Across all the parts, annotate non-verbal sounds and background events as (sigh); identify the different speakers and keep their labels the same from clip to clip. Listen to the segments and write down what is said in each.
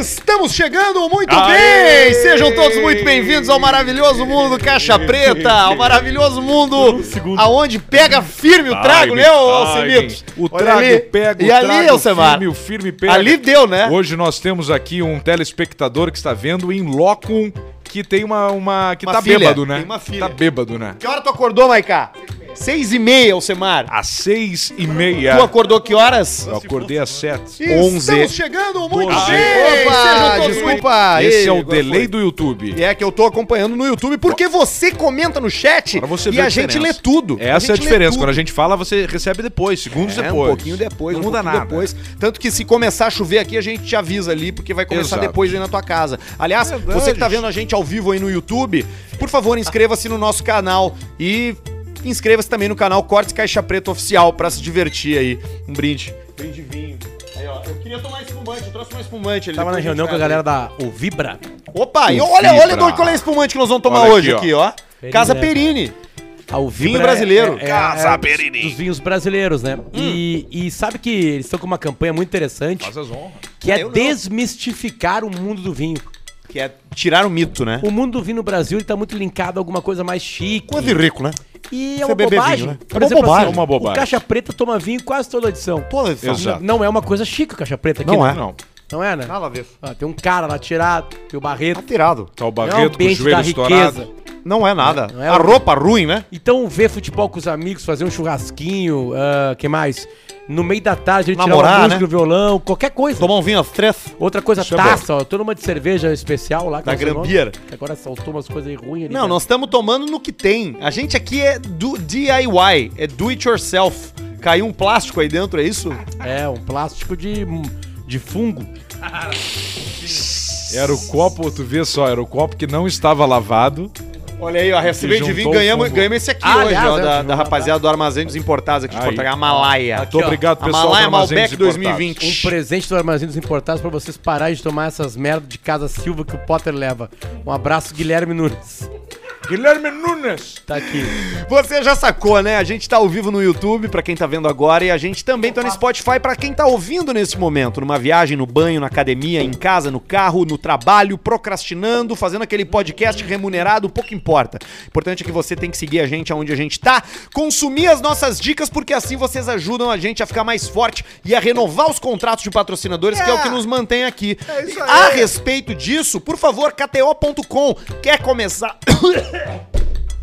Speaker 1: Estamos chegando muito bem! Sejam todos muito bem-vindos ao maravilhoso mundo Caixa Preta, ao maravilhoso
Speaker 2: um
Speaker 1: mundo
Speaker 3: segundo.
Speaker 1: aonde pega firme o trago,
Speaker 3: Time,
Speaker 1: né, ô
Speaker 3: time.
Speaker 1: Simito?
Speaker 2: O
Speaker 1: Olha
Speaker 2: trago
Speaker 1: ali.
Speaker 2: pega, o
Speaker 1: E ali,
Speaker 2: trago
Speaker 1: Alcemar?
Speaker 2: firme, o firme pega.
Speaker 1: Ali deu, né?
Speaker 2: Hoje nós temos aqui um telespectador que está vendo em locum que tem uma... uma que
Speaker 1: Uma
Speaker 2: tá
Speaker 1: filha,
Speaker 2: bêbado, né?
Speaker 1: tem uma filha.
Speaker 2: Tá bêbado, né?
Speaker 1: Que hora tu acordou, Maiká? Seis e meia, Alcemar.
Speaker 2: Às seis e meia.
Speaker 1: Tu acordou que horas?
Speaker 2: Eu acordei às sete.
Speaker 1: Estamos chegando muito
Speaker 2: Doze.
Speaker 1: bem!
Speaker 2: Opa,
Speaker 1: Sejam todos
Speaker 2: desculpa.
Speaker 1: muito... Ei,
Speaker 2: Esse é o
Speaker 1: agora
Speaker 2: delay
Speaker 1: foi.
Speaker 2: do YouTube.
Speaker 1: E é que eu tô acompanhando no YouTube, porque você comenta no chat
Speaker 2: Pra você
Speaker 1: e
Speaker 2: ver
Speaker 1: a,
Speaker 2: a
Speaker 1: gente lê
Speaker 2: diferença.
Speaker 1: tudo.
Speaker 2: Essa é a
Speaker 1: gente lê
Speaker 2: diferença.
Speaker 1: tudo.
Speaker 2: Quando a gente fala, você recebe depois, segundos
Speaker 1: É,
Speaker 2: depois.
Speaker 1: Um pouquinho depois,
Speaker 2: Não
Speaker 1: um
Speaker 2: muda
Speaker 1: pouquinho
Speaker 2: nada.
Speaker 1: depois. Tanto que se começar a chover aqui, a gente te avisa ali, porque vai começar
Speaker 2: Exato.
Speaker 1: depois aí na tua casa. Aliás,
Speaker 2: Verdade.
Speaker 1: você que tá vendo a gente ao vivo aí no YouTube, por favor, inscreva-se no nosso canal e inscreva-se também no canal Cortes Caixa Preta Oficial pra se divertir aí. Um brinde. Brinde de vinho. Aí, ó, eu queria tomar espumante, eu trouxe uma espumante ali.
Speaker 3: Tava na
Speaker 1: depois
Speaker 3: reunião
Speaker 1: gente
Speaker 3: com a
Speaker 1: traz
Speaker 3: galera da O Vibra.
Speaker 1: aí. Opa, e
Speaker 2: O
Speaker 1: olha, olha
Speaker 2: Fibra.
Speaker 1: do qual é a espumante que nós vamos tomar
Speaker 2: Olha
Speaker 1: hoje
Speaker 2: aqui,
Speaker 1: aqui, ó.
Speaker 3: Perini,
Speaker 1: Casa
Speaker 3: né?
Speaker 1: Perini.
Speaker 3: Ah, o
Speaker 1: Vinho
Speaker 3: Vibra
Speaker 1: brasileiro.
Speaker 3: É, é,
Speaker 2: Casa
Speaker 3: é dos-
Speaker 2: Perini.
Speaker 3: Dos vinhos brasileiros, né? E, e sabe que eles estão com uma campanha muito interessante,
Speaker 2: Faz as honras.
Speaker 3: que é
Speaker 1: Eu não.
Speaker 3: desmistificar o mundo do vinho.
Speaker 1: Que é tirar o mito, né?
Speaker 3: O mundo do vinho no Brasil ele tá muito linkado a alguma coisa mais chique.
Speaker 1: Coisa de rico, né?
Speaker 3: E
Speaker 1: Você
Speaker 3: é uma
Speaker 1: beber
Speaker 3: bobagem.
Speaker 1: vinho, né? É
Speaker 3: Por
Speaker 1: uma
Speaker 3: exemplo,
Speaker 1: bobagem.
Speaker 3: assim,
Speaker 2: É uma bobagem.
Speaker 3: o Caixa Preta toma vinho quase toda edição.
Speaker 1: Pô,
Speaker 2: Exato.
Speaker 3: Não é uma coisa chique o Caixa Preta aqui,
Speaker 1: Não
Speaker 3: né?
Speaker 1: é.
Speaker 2: Não.
Speaker 3: Não é, né?
Speaker 1: Nada a ver.
Speaker 3: Ah, tem um cara lá tirado, tem o Barreto.
Speaker 1: Atirado.
Speaker 2: Tá o
Speaker 3: Não é um
Speaker 2: Barreto com o
Speaker 3: ambiente da
Speaker 2: joelho
Speaker 3: riqueza.
Speaker 2: estourado.
Speaker 1: Não é nada.
Speaker 3: Não é
Speaker 1: a
Speaker 3: o-
Speaker 1: roupa ruim, né?
Speaker 3: Então, ver futebol com os amigos, fazer um churrasquinho, ah, que mais? No meio da tarde, a gente tirar
Speaker 1: Namorar,
Speaker 3: uma música
Speaker 1: né?
Speaker 3: do violão, qualquer coisa.
Speaker 1: Tomar um vinho às três.
Speaker 3: Outra coisa,
Speaker 2: Isso é
Speaker 3: taça, ó, toda uma de cerveja especial lá. que
Speaker 1: Da
Speaker 3: eu não sei o nome,
Speaker 1: Grambier.
Speaker 3: que Agora saltou umas coisas aí ruins ali.
Speaker 1: Não,
Speaker 3: né?
Speaker 1: nós estamos tomando no que tem. A gente aqui é do DIY, é do it yourself. Caiu um plástico aí dentro, é isso?
Speaker 3: É, um plástico de, de fungo. Um
Speaker 2: Era o copo, tu vê só, era o copo que não estava lavado.
Speaker 1: Olha aí, ó, recebi de vinho,
Speaker 2: juntou o
Speaker 1: ganhamos,
Speaker 2: fogo.
Speaker 1: ganhamos esse aqui
Speaker 3: Ah,
Speaker 1: hoje,
Speaker 3: aliás,
Speaker 1: ó,
Speaker 3: é,
Speaker 1: da,
Speaker 3: vamos
Speaker 1: da
Speaker 3: lá, tá.
Speaker 1: rapaziada do Armazém dos Importados aqui de
Speaker 2: Aí.
Speaker 1: Porto Alegre, a Malaya.
Speaker 2: Muito
Speaker 3: ó.
Speaker 2: obrigado,
Speaker 1: A
Speaker 2: pessoal.
Speaker 1: Malaya
Speaker 2: do Armazéns
Speaker 1: Malbec
Speaker 2: Importados.
Speaker 1: 2020.
Speaker 3: Um presente do Armazém dos Importados pra vocês pararem de tomar essas merdas de casa silva que o Potter leva. Um abraço, Guilherme Nunes.
Speaker 2: Guilherme Nunes.
Speaker 3: Tá aqui.
Speaker 1: Você já sacou, né? A gente tá ao vivo no YouTube pra quem tá vendo agora e a gente também tá no Spotify pra quem tá ouvindo nesse momento, numa viagem, no banho, na academia, em casa, no carro, no trabalho, procrastinando, fazendo aquele podcast remunerado, pouco importa. O importante é que você tem que seguir a gente aonde a gente tá, consumir as nossas dicas porque assim vocês ajudam a gente a ficar mais forte e a renovar os contratos de patrocinadores, que é o que nos mantém aqui. A respeito disso, por favor, kto.com, quer começar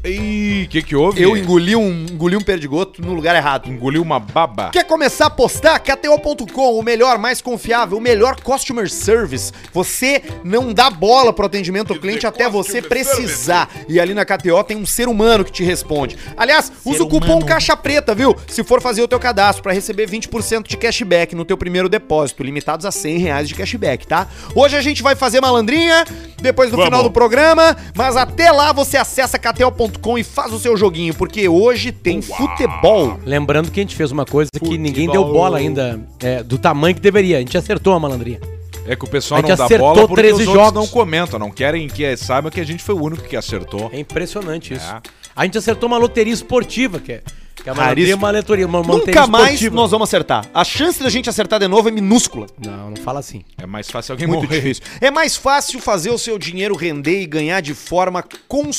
Speaker 2: Ih, o que que houve?
Speaker 1: Eu engoli um, engoli um perdigoto no lugar errado.
Speaker 2: engoli uma baba.
Speaker 1: Quer começar a postar? KTO.com, o melhor, mais confiável, o melhor customer service. Você não dá bola pro atendimento ao cliente até você precisar. E ali na KTO tem um ser humano que te responde. Aliás, usa o cupom Caixa Preta, viu? Se for fazer o teu cadastro para receber 20% de cashback no teu primeiro depósito, limitados a 100 reais de cashback, tá? Hoje a gente vai fazer malandrinha, depois do
Speaker 2: Vamos.
Speaker 1: final do programa, mas até lá você acessa KTO.com e faz o seu joguinho, porque hoje tem futebol.
Speaker 3: Lembrando que a gente fez uma coisa que ninguém deu
Speaker 2: Futebol.
Speaker 3: bola ainda, é, do tamanho que deveria. A gente acertou a malandrinha.
Speaker 2: É que o pessoal
Speaker 3: A gente
Speaker 2: não dá
Speaker 3: acertou
Speaker 2: bola porque
Speaker 3: 13
Speaker 2: os outros
Speaker 3: jogos.
Speaker 2: não comentam, não querem que eh, saibam que a gente foi o único que acertou.
Speaker 3: É impressionante isso.
Speaker 2: É.
Speaker 3: A gente acertou uma loteria esportiva, que é, que é uma loteria,
Speaker 1: Raríssimo.
Speaker 3: uma loteria, uma, uma loteria
Speaker 1: Nunca mais
Speaker 3: esportiva.
Speaker 1: nós vamos acertar. A chance da gente acertar de novo é minúscula.
Speaker 3: Não, não fala assim.
Speaker 2: É mais fácil alguém
Speaker 1: Muito
Speaker 2: morrer.
Speaker 1: difícil. É mais fácil fazer o seu dinheiro render e ganhar de forma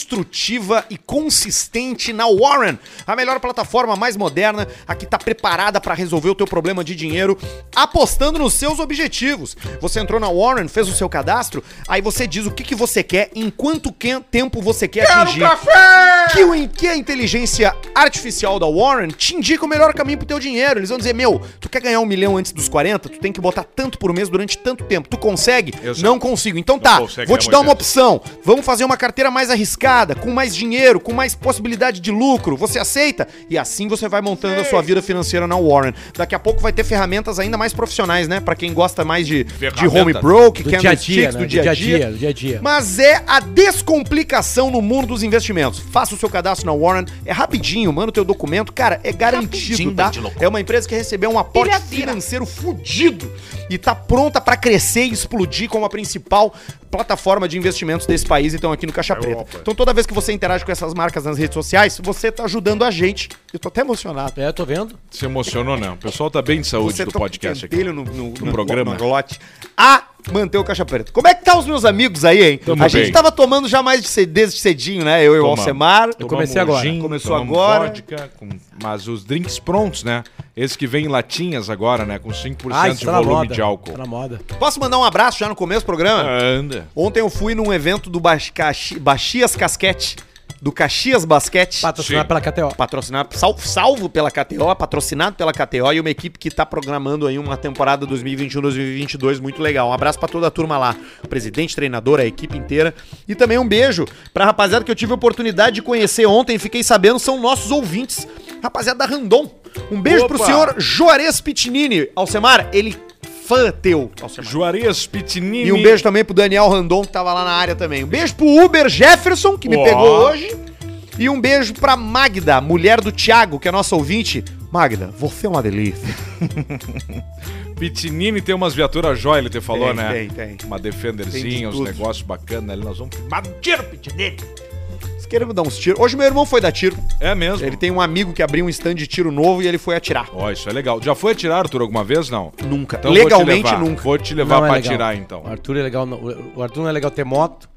Speaker 1: construtiva e consistente na Warren, a melhor plataforma mais moderna, a que está preparada para resolver o teu problema de dinheiro, apostando nos seus objetivos. Você entrou na Warren, fez o seu cadastro, aí você diz o que, que você quer, em quanto que- tempo você quer atingir. Que, o, que a inteligência artificial da Warren te indica o melhor caminho pro teu dinheiro. Eles vão dizer, meu, tu quer ganhar um milhão antes dos 40? Tu tem que botar tanto por mês durante tanto tempo. Tu consegue?
Speaker 2: Eu sei.
Speaker 1: Não consigo. Então tá,
Speaker 2: consegue,
Speaker 1: vou
Speaker 2: né,
Speaker 1: te dar uma
Speaker 2: Moisés?
Speaker 1: opção. Vamos fazer uma carteira mais arriscada, com mais dinheiro, com mais possibilidade de lucro. Você aceita? E assim você vai montando a sua vida financeira na Warren. Daqui a pouco vai ter ferramentas ainda mais profissionais, né? Pra quem gosta mais de, de
Speaker 2: Ferramentas.
Speaker 1: home broke,
Speaker 3: Do dia a dia,
Speaker 1: candlesticks,
Speaker 3: né?
Speaker 1: do dia a dia.
Speaker 3: do dia a dia.
Speaker 1: Mas é a descomplicação no mundo dos investimentos. Faça o seu cadastro na Warren, é rapidinho, manda o teu documento, cara, é garantido, tá? É uma empresa que recebeu um aporte financeiro fudido e tá pronta pra crescer e explodir como a principal plataforma de investimentos desse país e estão aqui no Caixa Preta.
Speaker 2: Europa.
Speaker 1: Então toda vez que você interage com essas marcas nas redes sociais, você tá ajudando a gente. Eu tô até emocionado.
Speaker 3: É, eu tô vendo.
Speaker 2: Se emocionou, não. O pessoal tá bem de saúde
Speaker 1: Você um
Speaker 2: do
Speaker 1: toca
Speaker 2: podcast aqui.
Speaker 1: pentelho no, no, no,
Speaker 2: programa.
Speaker 1: no lote a manter o Caixa Preta. Como é que tá os meus amigos aí, hein?
Speaker 2: Tamo
Speaker 1: a gente
Speaker 2: bem.
Speaker 1: tava tomando já mais de ce- desde cedinho, né? Eu e o
Speaker 2: Tomamos. um
Speaker 1: Alcemar.
Speaker 3: Eu comecei agora.
Speaker 1: Começou
Speaker 2: tomamos
Speaker 1: agora.
Speaker 2: vodka, com- mas os drinks prontos, né? Esses que vêm em latinhas agora, né? Com 5% de
Speaker 3: na
Speaker 2: volume
Speaker 3: moda.
Speaker 2: de álcool.
Speaker 3: Ah, Tá na moda.
Speaker 1: Posso mandar um abraço já no começo do programa?
Speaker 2: É. Anda.
Speaker 1: Ontem eu fui num evento do Bax- Caxi- Baxias Casquete, do Caxias Basquete.
Speaker 3: Patrocinado
Speaker 2: Sim.
Speaker 3: pela KTO.
Speaker 1: Patrocinado, sal- salvo pela KTO, patrocinado pela KTO e uma equipe que tá programando aí uma temporada 2021-2022 muito legal. Um abraço pra toda a turma lá, o presidente, treinador, a equipe inteira. E também um beijo pra rapaziada que eu tive a oportunidade de conhecer ontem, fiquei sabendo, são nossos ouvintes. Rapaziada da Randon. Um beijo pro
Speaker 2: Opa!
Speaker 1: senhor Juarez Pitinini. Alcemar, ele fã teu. Alcemar.
Speaker 2: Juarez Pitinini.
Speaker 1: E um beijo também pro Daniel Randon, que tava lá na área também. Um beijo pro Uber Jefferson, que me
Speaker 2: Ó.
Speaker 1: pegou hoje. E um beijo pra Magda, mulher do Thiago, que é nossa ouvinte. Magda, você é uma delícia.
Speaker 2: Pitinini tem umas viaturas jóia, ele te falou,
Speaker 1: Tem,
Speaker 2: né?
Speaker 1: tem, tem.
Speaker 2: Uma
Speaker 1: Tem de
Speaker 2: Defenderzinha, uns
Speaker 1: tudo.
Speaker 2: negócios bacanas ali. Nós vamos filmar um tiro, Pitinini.
Speaker 1: Vocês querem dar uns tiros? Hoje meu irmão foi dar tiro.
Speaker 2: É mesmo?
Speaker 1: Ele tem um amigo que abriu um stand de tiro novo e ele foi atirar.
Speaker 2: Ó, isso é legal. Já foi atirar, Arthur, alguma vez? Não.
Speaker 1: Nunca.
Speaker 2: Então
Speaker 1: Legalmente
Speaker 2: vou te levar.
Speaker 1: nunca.
Speaker 2: Vou te levar
Speaker 3: Não é
Speaker 2: pra
Speaker 3: legal.
Speaker 2: atirar, então.
Speaker 3: O Arthur é legal. não. O o Arthur não é legal ter moto,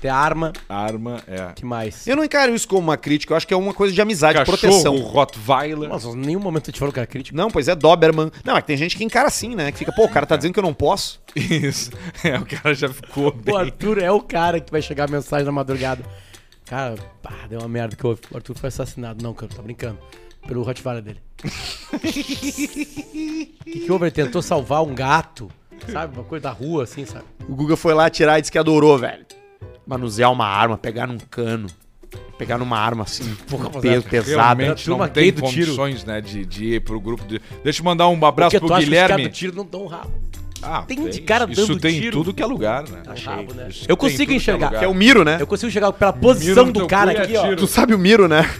Speaker 3: ter arma,
Speaker 2: Arma, é.
Speaker 3: que mais?
Speaker 1: Eu não encaro isso como uma crítica, eu acho que é uma coisa de amizade,
Speaker 2: Cachorro,
Speaker 1: proteção.
Speaker 2: Rottweiler.
Speaker 3: Nossa, em nenhum momento eu te falo que era crítico.
Speaker 1: Não, pois é, Doberman. Não, é que tem gente que encara assim, né? Que fica, pô, o cara tá dizendo que eu não posso.
Speaker 2: Isso. (laughs) É, o cara já ficou bem.
Speaker 3: O Arthur é o cara que vai chegar a mensagem na madrugada. Cara, pá, deu uma merda que houve. O Arthur foi assassinado. Não, cara, tá brincando. Pelo Rottweiler dele. O que, que houve? Ele tentou salvar um gato, sabe? Uma coisa da rua, assim, sabe?
Speaker 1: O Guga foi lá atirar e disse que adorou, velho. Manusear uma arma, pegar num cano, pegar numa arma assim, porra,
Speaker 3: mas
Speaker 1: peso
Speaker 3: é
Speaker 1: pesado.
Speaker 3: Era a
Speaker 2: Realmente
Speaker 3: turma
Speaker 2: não tem
Speaker 3: gay do tiro.
Speaker 2: condições, né, de, de ir pro grupo. De... Deixa eu mandar um abraço pro
Speaker 3: que os caras
Speaker 2: Guilherme.
Speaker 3: do tiro não dão rabo.
Speaker 2: Ah,
Speaker 3: Tem de cara
Speaker 2: Isso
Speaker 3: dando
Speaker 2: tem em
Speaker 3: tiro.
Speaker 2: tudo que é lugar, né?
Speaker 3: Dão rabo, né?
Speaker 2: Isso tem
Speaker 3: Eu consigo
Speaker 2: em tudo que é
Speaker 3: enxergar.
Speaker 2: lugar.
Speaker 1: Que é o Miro, né?
Speaker 3: Eu consigo chegar pela posição
Speaker 2: no teu
Speaker 3: do cara
Speaker 2: cu e
Speaker 3: aqui, ó.
Speaker 2: atira.
Speaker 1: Tu sabe o Miro, né?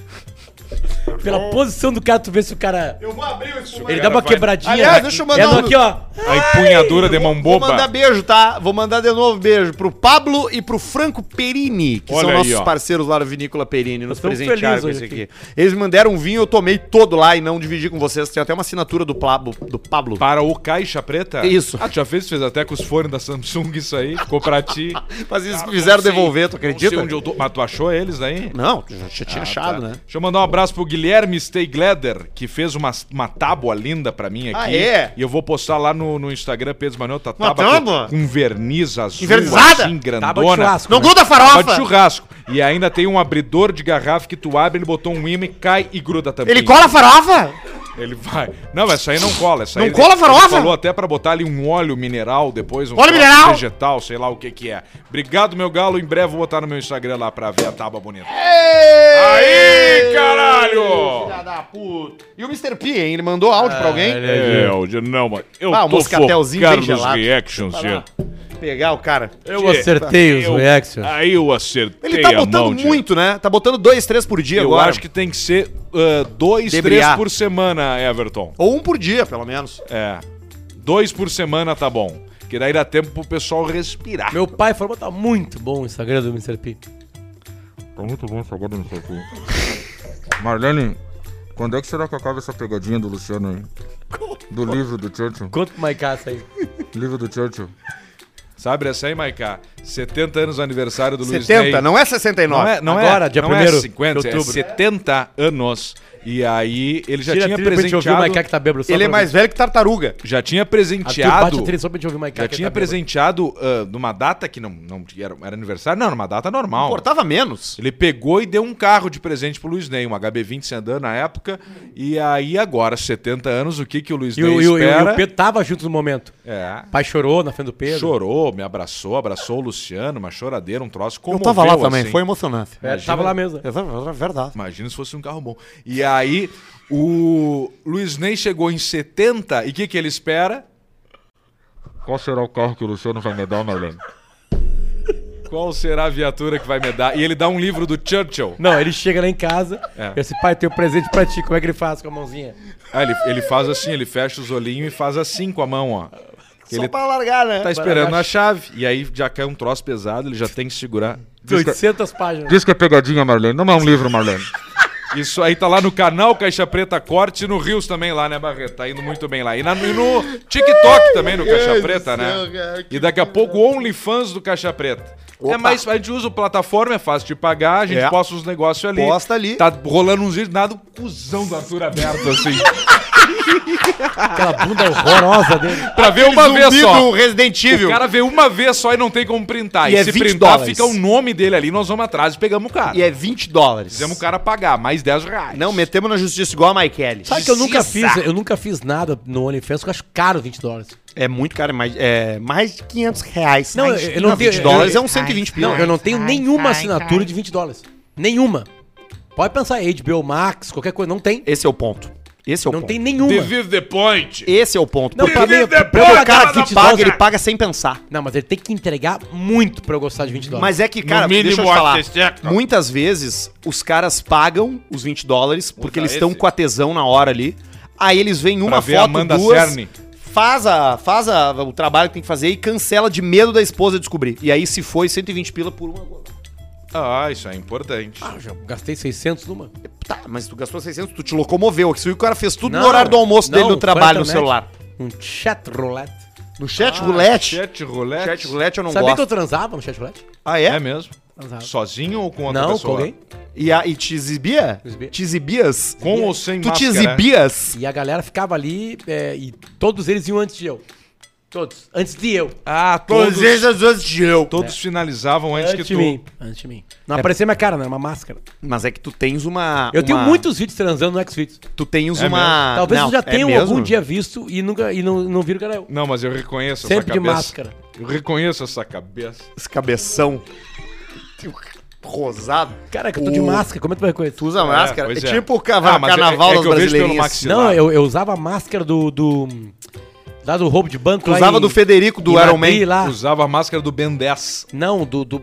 Speaker 3: Pela posição do cara, tu vê se o cara.
Speaker 1: Eu vou abrir isso.
Speaker 3: Ele dá uma
Speaker 2: vai-
Speaker 3: quebradinha.
Speaker 1: Aliás, deixa eu mandar
Speaker 3: é no
Speaker 1: um-
Speaker 3: aqui, ó.
Speaker 2: A empunhadura de mão
Speaker 1: Vou
Speaker 2: boba.
Speaker 1: mandar beijo, tá? Vou mandar de novo beijo pro Pablo e pro Franco Perini, que
Speaker 2: Olha
Speaker 1: são
Speaker 2: aí,
Speaker 1: nossos
Speaker 2: ó.
Speaker 1: parceiros lá do Vinícola Perini. Nos
Speaker 3: estamos
Speaker 1: presentearam
Speaker 3: felizes
Speaker 1: com
Speaker 3: hoje
Speaker 1: esse aqui.
Speaker 3: aqui.
Speaker 1: Eles mandaram um vinho, eu tomei todo lá e não dividi com vocês. Tem até uma assinatura do, Plabo, do Pablo.
Speaker 2: Para o Caixa Preta?
Speaker 1: Isso.
Speaker 2: Ah, tu já fez? Fez até com os fones da Samsung isso aí. Ficou
Speaker 1: (laughs)
Speaker 2: pra ti.
Speaker 1: Mas eles fizeram devolver, tu acredita?
Speaker 2: Não sei onde eu tô. Mas tu achou eles aí?
Speaker 1: Não, já tinha achado,
Speaker 2: Tá.
Speaker 1: né?
Speaker 2: Deixa eu mandar um abraço pro Guilherme Steigleder, que fez uma, uma tábua linda pra mim aqui.
Speaker 1: Ah, é?
Speaker 2: E eu vou postar lá no, no Instagram, Pedro Manuel, tá
Speaker 1: Uma tábua?
Speaker 2: com, com verniz azul,
Speaker 1: Envernizada?
Speaker 2: assim, grandona.
Speaker 3: Tábua de Tá, churrasco. né?
Speaker 1: Não gruda farofa!
Speaker 2: Tábua de churrasco. E ainda tem um abridor de garrafa que tu abre, ele botou um ímã e cai e gruda também.
Speaker 1: Ele cola farofa?
Speaker 2: Ele vai. Não, essa aí não cola. Essa
Speaker 1: Não
Speaker 2: aí
Speaker 1: cola
Speaker 2: ele
Speaker 1: farofa?
Speaker 2: falou até pra botar ali um óleo mineral depois. Um
Speaker 1: Óleo
Speaker 2: troço
Speaker 1: mineral?
Speaker 2: Vegetal, sei lá o que que é. Obrigado, meu galo. Em breve vou botar no meu Instagram lá pra ver a tábua bonita. Aí, caralho!
Speaker 1: Filha da puta. E o Mr. P, hein? Ele mandou áudio pra alguém?
Speaker 2: É, hoje não, mano. Eu
Speaker 1: Ah, um
Speaker 2: tô
Speaker 1: moscatelzinho
Speaker 2: focado
Speaker 1: bem
Speaker 2: nos
Speaker 1: gelado.
Speaker 2: reactions, Ian.
Speaker 1: Pegar o cara.
Speaker 2: Eu
Speaker 3: acertei os reactions.
Speaker 2: Aí eu acertei
Speaker 1: Ele tá
Speaker 2: a
Speaker 1: botando
Speaker 2: mão, Ian.
Speaker 1: muito, né? Tá botando dois, três por dia
Speaker 2: Eu
Speaker 1: agora.
Speaker 2: acho que tem que ser ah, dois,
Speaker 1: Debriar.
Speaker 2: três por semana, Everton.
Speaker 1: Ou um por dia, pelo menos.
Speaker 2: É. Dois por semana tá bom. Que daí dá tempo pro pessoal respirar.
Speaker 3: Meu pai falou, tá muito bom o Instagram do Mr. P.
Speaker 4: Tá muito bom essa guarda no seu cu. Marlene, quando é que será que acaba essa pegadinha do Luciano aí? Do livro do Churchill?
Speaker 3: Quanto pro Maicaça aí?
Speaker 4: Livro do Churchill.
Speaker 2: Sabe essa é aí, Maiká? 70 anos aniversário do Luiz Ney.
Speaker 1: 70, não é 69.
Speaker 2: Não é, não
Speaker 3: Agora,
Speaker 2: é,
Speaker 3: dia
Speaker 2: não
Speaker 3: 1º
Speaker 2: é 50,
Speaker 3: de
Speaker 2: é
Speaker 3: outubro.
Speaker 2: 70 anos. E aí ele já
Speaker 3: Tira a
Speaker 2: tinha
Speaker 3: trilha pra gente ouvir o Maiká
Speaker 2: presenteado,
Speaker 3: que tá bêbado. só
Speaker 1: Ele é
Speaker 3: pra-
Speaker 1: mais velho que tartaruga.
Speaker 2: já tinha
Speaker 3: Arthur, bate a
Speaker 2: presenteado,
Speaker 3: trilha só pra gente ouvir o Maiká.
Speaker 2: já
Speaker 3: que
Speaker 2: tinha
Speaker 3: tá bêbado.
Speaker 2: presenteado ah, numa data que não, não era, era aniversário, não, numa data normal.
Speaker 1: Importava menos.
Speaker 2: Ele pegou e deu um carro de presente pro Luiz Ney, um HB20 Sedan na época. E aí agora, 70 anos, o que que o Luiz
Speaker 3: E
Speaker 2: Ney
Speaker 3: o, e o- e o- e
Speaker 2: espera?
Speaker 3: o Pedro tava junto no momento.
Speaker 2: É.
Speaker 3: O pai chorou na frente do Pedro.
Speaker 2: Chorou, me abraçou, abraçou o Luciano, uma choradeira, um troço.
Speaker 1: Eu
Speaker 2: Comoveu,
Speaker 1: tava lá também,
Speaker 2: assim.
Speaker 1: foi emocionante.
Speaker 3: É, tava lá mesmo.
Speaker 1: É verdade.
Speaker 2: Imagina se fosse um carro bom. E aí, o Luiz Ney chegou em 70 e o que, que ele espera?
Speaker 4: Qual será o carro que o Luciano vai me dar, Marlene?
Speaker 2: Qual será a viatura que vai me dar? E ele dá um livro do Churchill.
Speaker 3: Não, ele chega lá em casa.
Speaker 2: É.
Speaker 3: Esse pai tem um presente pra ti. Como é que ele faz com a mãozinha?
Speaker 2: Ah, ele, ele faz assim, ele fecha os olhinhos e faz assim com a mão, ó. Ele
Speaker 1: pra largar, né?
Speaker 2: tá esperando a chave. E aí já cai um troço pesado, ele já tem que segurar.
Speaker 3: Tem 800 páginas.
Speaker 4: Diz que é pegadinha, Marlene. Não é um livro, Marlene.
Speaker 2: Isso aí tá lá no canal Caixa Preta Corte e no Rios também lá, né, Barreto? Tá indo muito bem lá. E, na- e no TikTok também, no Caixa Preta, né? E daqui a pouco o OnlyFans do Caixa Preta. É, mas a gente usa o plataforma, é fácil de pagar, a gente
Speaker 1: É.
Speaker 2: posta uns negócios ali.
Speaker 1: Posta ali.
Speaker 2: Tá rolando uns vídeos, nada, o cuzão do Arthur aberto, assim.
Speaker 3: Aquela bunda horrorosa dele.
Speaker 2: pra ver uma
Speaker 1: Zumbi
Speaker 2: vez só.
Speaker 1: do Resident
Speaker 2: O
Speaker 1: Evil.
Speaker 2: cara vê uma vez só e não tem como printar.
Speaker 1: E
Speaker 2: E,
Speaker 1: é
Speaker 2: se
Speaker 1: 20
Speaker 2: printar,
Speaker 1: dólares.
Speaker 2: fica o nome dele ali, nós vamos atrás e pegamos o cara.
Speaker 1: E é 20 dólares.
Speaker 2: Fizemos o cara pagar, mais 10 reais.
Speaker 1: Não, metemos na justiça igual a Mike Kelly.
Speaker 3: (laughs) Sabe que eu nunca
Speaker 1: Justiça.
Speaker 3: fiz, eu nunca fiz nada no OnlyFans, que eu acho caro 20 dólares.
Speaker 1: É muito caro, é mais, é mais de 500 reais.
Speaker 3: Não,
Speaker 1: mais
Speaker 3: eu-
Speaker 1: de-
Speaker 3: eu não tenho-
Speaker 1: 20 dólares
Speaker 3: eu-
Speaker 1: é uns 120 pila.
Speaker 3: Não, eu não tenho nenhuma assinatura de 20 dólares. Nenhuma. Pode pensar, HBO Max, qualquer coisa, não tem.
Speaker 1: Esse é o ponto. Esse é o
Speaker 3: Não
Speaker 1: ponto.
Speaker 3: tem nenhuma.
Speaker 2: is the point.
Speaker 1: Esse é o ponto.
Speaker 3: Não,
Speaker 1: Porque
Speaker 3: pra mim,
Speaker 2: Divide
Speaker 3: pra- pra
Speaker 2: por
Speaker 3: eu
Speaker 1: o cara
Speaker 3: pagar
Speaker 1: que
Speaker 3: 20
Speaker 1: paga,
Speaker 3: dólares.
Speaker 1: ele paga sem pensar.
Speaker 3: Não, mas ele tem que entregar muito pra eu gostar de 20 dólares.
Speaker 1: Mas é que, cara,
Speaker 2: mínimo,
Speaker 1: deixa eu te falar.
Speaker 2: arquiteto.
Speaker 1: Muitas vezes, os caras pagam os 20 dólares porque
Speaker 2: Usa
Speaker 1: eles estão
Speaker 2: esse.
Speaker 1: com a tesão na hora ali. Aí eles veem uma
Speaker 2: ver a
Speaker 1: foto,
Speaker 2: Amanda
Speaker 1: duas,
Speaker 2: Cerny.
Speaker 1: faz, a, faz a- o trabalho que tem que fazer e cancela de medo da esposa descobrir. E aí se foi 120 pila por uma...
Speaker 2: Ah, isso é importante.
Speaker 3: Ah, eu já gastei 600 numa.
Speaker 1: Tá, mas tu gastou 600, tu te locomoveu. Que se o cara fez tudo no
Speaker 3: Não,
Speaker 1: horário do almoço
Speaker 3: não,
Speaker 1: dele no
Speaker 3: foi
Speaker 1: trabalho, no
Speaker 3: internet.
Speaker 1: celular.
Speaker 3: Um chat roulette.
Speaker 1: No chat roulette.
Speaker 2: Ah, Chat roulette?
Speaker 1: Chat roulette eu não
Speaker 3: Sabia que eu
Speaker 1: gosto.
Speaker 3: transava no chat roulette?
Speaker 1: Ah,
Speaker 2: É mesmo?
Speaker 3: Transava.
Speaker 2: Sozinho ou com outra
Speaker 3: Tá. Não, com
Speaker 2: pessoa?
Speaker 3: alguém.
Speaker 1: E, a, e te exibia?
Speaker 3: Exibia.
Speaker 1: Te exibias?
Speaker 2: Com ou sem
Speaker 1: Tu te É.
Speaker 2: máscara? né?
Speaker 1: exibias?
Speaker 3: E a galera ficava ali é, e todos eles iam antes de eu. Todos. Antes de eu.
Speaker 2: Ah, todos,
Speaker 1: as vezes de eu.
Speaker 2: todos finalizavam antes,
Speaker 3: Antes
Speaker 2: que
Speaker 3: de
Speaker 2: tu.
Speaker 3: mim. Antes de mim. Não aparecia minha cara, não. Era uma máscara.
Speaker 1: Mas é que tu tens uma.
Speaker 3: Eu tenho
Speaker 1: uma-
Speaker 3: muitos vídeos transando no Xvideos.
Speaker 1: Tu tens
Speaker 2: É
Speaker 1: uma.
Speaker 3: Talvez
Speaker 1: Não,
Speaker 3: eu já
Speaker 1: é
Speaker 3: tenha um
Speaker 1: mesmo?
Speaker 3: algum dia visto e, nunca, e não, não viram que era eu.
Speaker 2: Não, mas eu reconheço
Speaker 3: Sempre
Speaker 2: essa
Speaker 3: de
Speaker 2: cabeça.
Speaker 3: máscara.
Speaker 2: Eu reconheço essa cabeça.
Speaker 1: Esse cabeção. Teu Rosado.
Speaker 3: Caraca, eu tô de
Speaker 1: O-
Speaker 3: máscara. Como é que tu vai reconhecer?
Speaker 1: Tu usa máscara? É,
Speaker 2: pois é.
Speaker 1: tipo o cava-
Speaker 2: Ah, mas é-
Speaker 1: carnaval
Speaker 2: é que
Speaker 1: das
Speaker 2: eu vejo pelo
Speaker 1: brasileirinhas.
Speaker 2: maxi-
Speaker 3: Não,
Speaker 2: lá.
Speaker 3: eu, eu usava a máscara do. do lá do roubo de banco.
Speaker 1: Tu
Speaker 3: lá
Speaker 1: usava
Speaker 3: em-
Speaker 1: do Federico, do
Speaker 3: em
Speaker 1: Iron
Speaker 3: Madrid,
Speaker 1: Man.
Speaker 3: Lá.
Speaker 2: Usava a máscara do Ben 10.
Speaker 3: Não, do, do.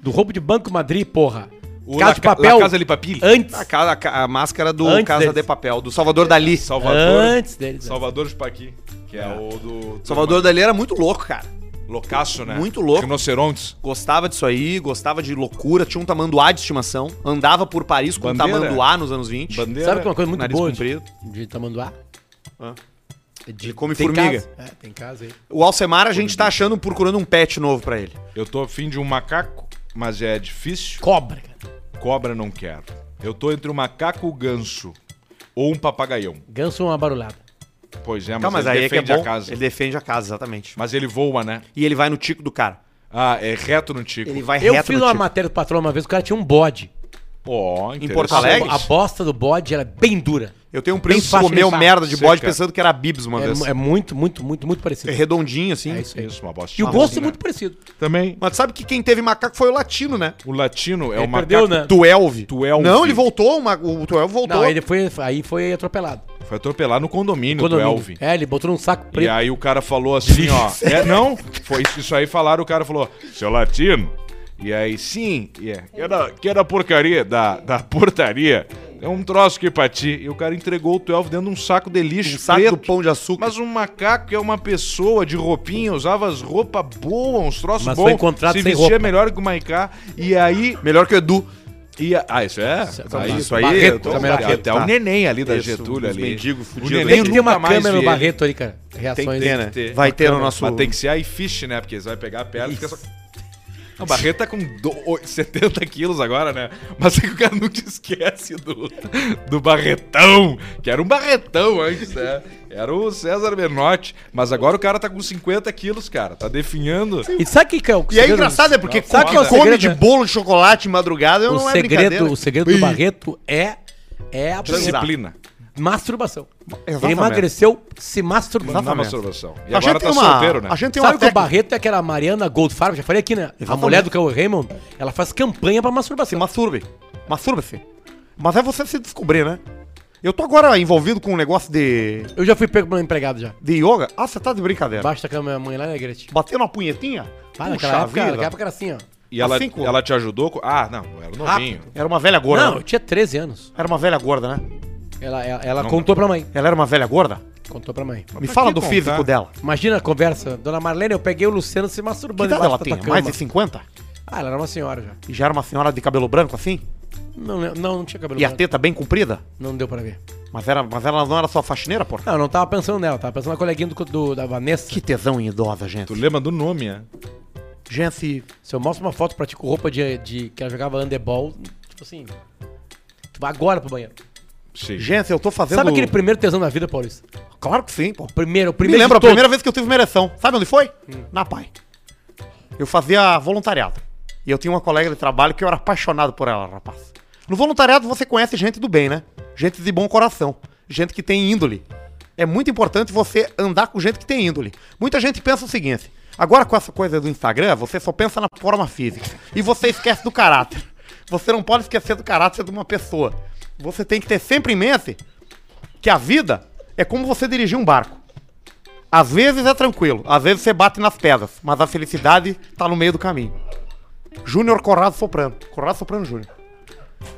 Speaker 3: do roubo de banco Madrid, porra.
Speaker 2: O La
Speaker 3: Casa de
Speaker 2: Ca- La
Speaker 3: papel.
Speaker 2: Casa de Papel.
Speaker 3: Antes.
Speaker 1: A, ca- a ca- a máscara do
Speaker 3: Antes
Speaker 1: Casa
Speaker 3: deles.
Speaker 1: de Papel, do Salvador Dali.
Speaker 2: Salvador.
Speaker 3: Antes
Speaker 1: né?
Speaker 3: deles. né?
Speaker 2: Salvador de Paqui, que é, o do.
Speaker 1: Salvador Dali era muito louco, cara.
Speaker 2: Loucaço, né?
Speaker 1: Muito louco.
Speaker 2: Rinocerontes.
Speaker 1: Gostava disso aí, gostava de loucura, tinha um tamanduá de estimação, andava por Paris com
Speaker 2: Bandeira.
Speaker 1: um tamanduá nos anos 20.
Speaker 2: Bandeira.
Speaker 3: Sabe que uma coisa muito
Speaker 1: nariz
Speaker 3: boa de,
Speaker 1: comprido.
Speaker 3: de tamanduá?
Speaker 1: Hã?
Speaker 3: É
Speaker 1: Ele come
Speaker 3: tem
Speaker 1: formiga.
Speaker 3: casa. É, tem casa aí.
Speaker 1: O Alcemar a gente tá achando, procurando um pet novo pra ele.
Speaker 2: Eu tô afim de um macaco, mas é difícil.
Speaker 3: Cobra, cara.
Speaker 2: Cobra não quero. Eu tô entre um macaco ganso ou um papagaião.
Speaker 3: Ganso é uma barulhada.
Speaker 2: Pois é, mas,
Speaker 1: Tá, mas
Speaker 2: ele
Speaker 1: aí é que é
Speaker 2: defende
Speaker 1: bom.
Speaker 2: a casa.
Speaker 1: Ele defende a casa, exatamente.
Speaker 2: Mas ele voa, né?
Speaker 1: E ele vai no tico do cara.
Speaker 2: Ah, é reto no tico.
Speaker 1: Ele vai
Speaker 3: Eu
Speaker 1: reto
Speaker 3: fiz
Speaker 1: no
Speaker 3: uma
Speaker 1: tico.
Speaker 3: matéria do patrão uma vez, o cara tinha um bode.
Speaker 2: Ó,
Speaker 1: Porto
Speaker 2: interessante.
Speaker 1: Tá Alegre?
Speaker 3: A bosta do bode era bem dura.
Speaker 1: Eu tenho um primo
Speaker 3: Bem
Speaker 1: que
Speaker 3: fácil
Speaker 1: comeu
Speaker 3: limpar.
Speaker 1: merda de
Speaker 2: Seca.
Speaker 1: bode pensando que era bibs uma
Speaker 3: É,
Speaker 1: vez.
Speaker 3: mu- é muito, muito, muito, muito
Speaker 1: É
Speaker 3: parecido.
Speaker 1: redondinho, assim.
Speaker 3: É isso aí.
Speaker 2: Isso, uma bosta.
Speaker 3: E o
Speaker 2: Ah,
Speaker 3: gosto é
Speaker 2: né?
Speaker 3: muito parecido.
Speaker 2: Também.
Speaker 1: Mas sabe que quem teve macaco foi o latino, né?
Speaker 2: O latino é
Speaker 3: Ele
Speaker 2: o macaco.
Speaker 3: perdeu, né?
Speaker 1: Tuelve.
Speaker 2: Tuelve.
Speaker 1: Não, ele voltou, uma- o Tuelve voltou.
Speaker 3: Não, ele foi, aí foi atropelado.
Speaker 2: Foi atropelar no condomínio,
Speaker 3: Quando
Speaker 2: do Elvin.
Speaker 3: É, ele botou num saco
Speaker 2: E
Speaker 3: preto.
Speaker 2: aí o cara falou assim,
Speaker 3: (laughs)
Speaker 2: ó. é, não, foi isso, isso aí falaram, o cara falou, seu latino. E aí, sim, e é, que era, que era porcaria da, da portaria. É um troço que pra ti. E o cara entregou o Tuelvo dentro de um saco de lixo.
Speaker 1: Um saco
Speaker 2: preto.
Speaker 1: do pão de açúcar.
Speaker 2: Mas um macaco é uma pessoa de roupinha, usava as roupas boas, uns troços
Speaker 3: Mas
Speaker 2: bons.
Speaker 3: foi encontrado
Speaker 2: se
Speaker 3: sem
Speaker 2: vestia
Speaker 3: roupa.
Speaker 2: melhor que o Maiká. E aí.
Speaker 1: Melhor que o Edu.
Speaker 2: E a- ah, isso é?
Speaker 3: Isso é
Speaker 2: Ah,
Speaker 3: Barreto,
Speaker 2: isso aí.
Speaker 3: Barreto, é
Speaker 2: eu tô-
Speaker 3: também era
Speaker 2: até
Speaker 1: Barreto,
Speaker 2: o neném ali da
Speaker 1: Isso,
Speaker 2: Getúlio
Speaker 1: os
Speaker 2: ali.
Speaker 1: mendigo
Speaker 2: o
Speaker 1: fudido.
Speaker 2: neném
Speaker 3: tá. Tem que ter uma
Speaker 2: nunca mais
Speaker 3: câmera no
Speaker 2: vi ele.
Speaker 3: Barreto ali, cara.
Speaker 1: Tem que
Speaker 3: Reações.
Speaker 1: ter,
Speaker 2: que
Speaker 1: né?
Speaker 2: ter.
Speaker 1: Vai ter no
Speaker 3: Bacana.
Speaker 1: nosso...
Speaker 2: É. Mas tem que ser iFish, né? Porque eles vai pegar a perna e fica só. O Barreto tá com do- oi- 70 quilos agora, né? Mas (laughs) é que o cara nunca esquece do, do Barretão, que era um Barretão antes, né? Era o César Menotti. Mas agora o cara tá com 50 quilos, cara. Tá definhando.
Speaker 3: E sabe o que, que é o
Speaker 1: E é
Speaker 3: segredo-
Speaker 1: engraçado, é porque
Speaker 2: Não, sabe
Speaker 1: o que
Speaker 2: qual
Speaker 3: é o
Speaker 1: come
Speaker 3: segredo,
Speaker 1: de
Speaker 3: né?
Speaker 1: bolo de chocolate de madrugada
Speaker 3: O
Speaker 1: não é
Speaker 3: segredo,
Speaker 1: brincadeira.
Speaker 3: o segredo do Barreto é, é a
Speaker 2: Disciplina.
Speaker 3: masturbação.
Speaker 1: Exatamente.
Speaker 3: Ele emagreceu se masturbando.
Speaker 2: Na
Speaker 1: Exatamente.
Speaker 2: masturbação. é
Speaker 1: A
Speaker 2: E
Speaker 1: gente
Speaker 2: agora
Speaker 1: tem
Speaker 2: tá
Speaker 1: uma...
Speaker 2: solteiro, né?
Speaker 1: A gente tem uma
Speaker 3: Sabe que o
Speaker 1: técnica.
Speaker 3: Barreto é aquela Mariana Goldfarb, já falei aqui, né? A
Speaker 1: Exatamente.
Speaker 3: mulher do Cauê Raymond, ela faz campanha pra
Speaker 1: Se
Speaker 3: masturbação.
Speaker 1: masturbe. Masturbe-se. Mas é você se descobrir, né? Eu tô agora envolvido com um negócio de,
Speaker 3: Eu já fui pego pelo empregado já.
Speaker 1: de yoga. Ah, você tá de brincadeira.
Speaker 3: Basta com a minha mãe lá, né, Gretchen?
Speaker 1: Batendo uma punhetinha?
Speaker 3: Ah,
Speaker 1: Puxa
Speaker 3: naquela época,
Speaker 1: vida.
Speaker 3: naquela época era assim, ó.
Speaker 2: E ela,
Speaker 1: assim, como?
Speaker 2: ela te ajudou? com- Ah, não. Era novinho.
Speaker 1: Rápido. Era uma velha gorda.
Speaker 3: Não, eu tinha 13 anos.
Speaker 1: Era uma velha gorda, né?
Speaker 3: Ela, ela, ela
Speaker 2: Não.
Speaker 3: contou pra mãe.
Speaker 1: Ela era uma velha gorda?
Speaker 3: Contou pra mãe.
Speaker 1: Me
Speaker 2: pra
Speaker 1: fala
Speaker 2: que
Speaker 1: do
Speaker 2: contar?
Speaker 1: físico dela.
Speaker 3: Imagina a conversa. Dona Marlene, eu peguei o Luciano se masturbando
Speaker 1: Que idade ela
Speaker 3: embaixo
Speaker 1: tem?
Speaker 3: da tua
Speaker 1: Mais
Speaker 3: cama.
Speaker 1: de 50?
Speaker 3: Ah, ela era uma senhora já.
Speaker 1: E já era uma senhora de cabelo branco assim?
Speaker 3: Não, lem- não, não tinha cabelo
Speaker 1: E a
Speaker 3: branco.
Speaker 1: teta bem comprida?
Speaker 3: Não deu pra ver.
Speaker 1: Mas, era, mas ela não era só faxineira, porra?
Speaker 3: Não, eu não tava pensando nela. Tava pensando na coleguinha do, do- da Vanessa.
Speaker 1: Que tesão em idosa, gente.
Speaker 2: Tu lembra do nome, né?
Speaker 1: Gente,
Speaker 3: Se eu mostro uma foto pra ti com roupa de, de que ela jogava handebol, tipo assim... Tu vai agora pro banheiro.
Speaker 2: Chega.
Speaker 1: gente, eu tô fazendo...
Speaker 3: Sabe aquele primeiro tesão da vida, Paulista?
Speaker 1: Claro que sim, pô.
Speaker 3: Primeiro, o
Speaker 1: Me
Speaker 3: primeiro
Speaker 1: lembra a
Speaker 3: de todos. Hum.
Speaker 1: primeira vez que eu tive uma ereção. Sabe onde foi? Na PAI. Eu fazia voluntariado. E eu tinha uma colega de trabalho que eu era apaixonado por ela, rapaz. No voluntariado você conhece gente do bem, né? Gente de bom coração. Gente que tem índole. É muito importante você andar com gente que tem índole. Muita gente pensa o seguinte: agora com essa coisa do Instagram, você só pensa na forma física. E você esquece do caráter. Você não pode esquecer do caráter de uma pessoa. Você tem que ter sempre em mente que a vida é como você dirigir um barco. Às vezes é tranquilo, às vezes você bate nas pedras, mas a felicidade tá no meio do caminho. Júnior Corrado Soprano. Corrado Soprano Júnior.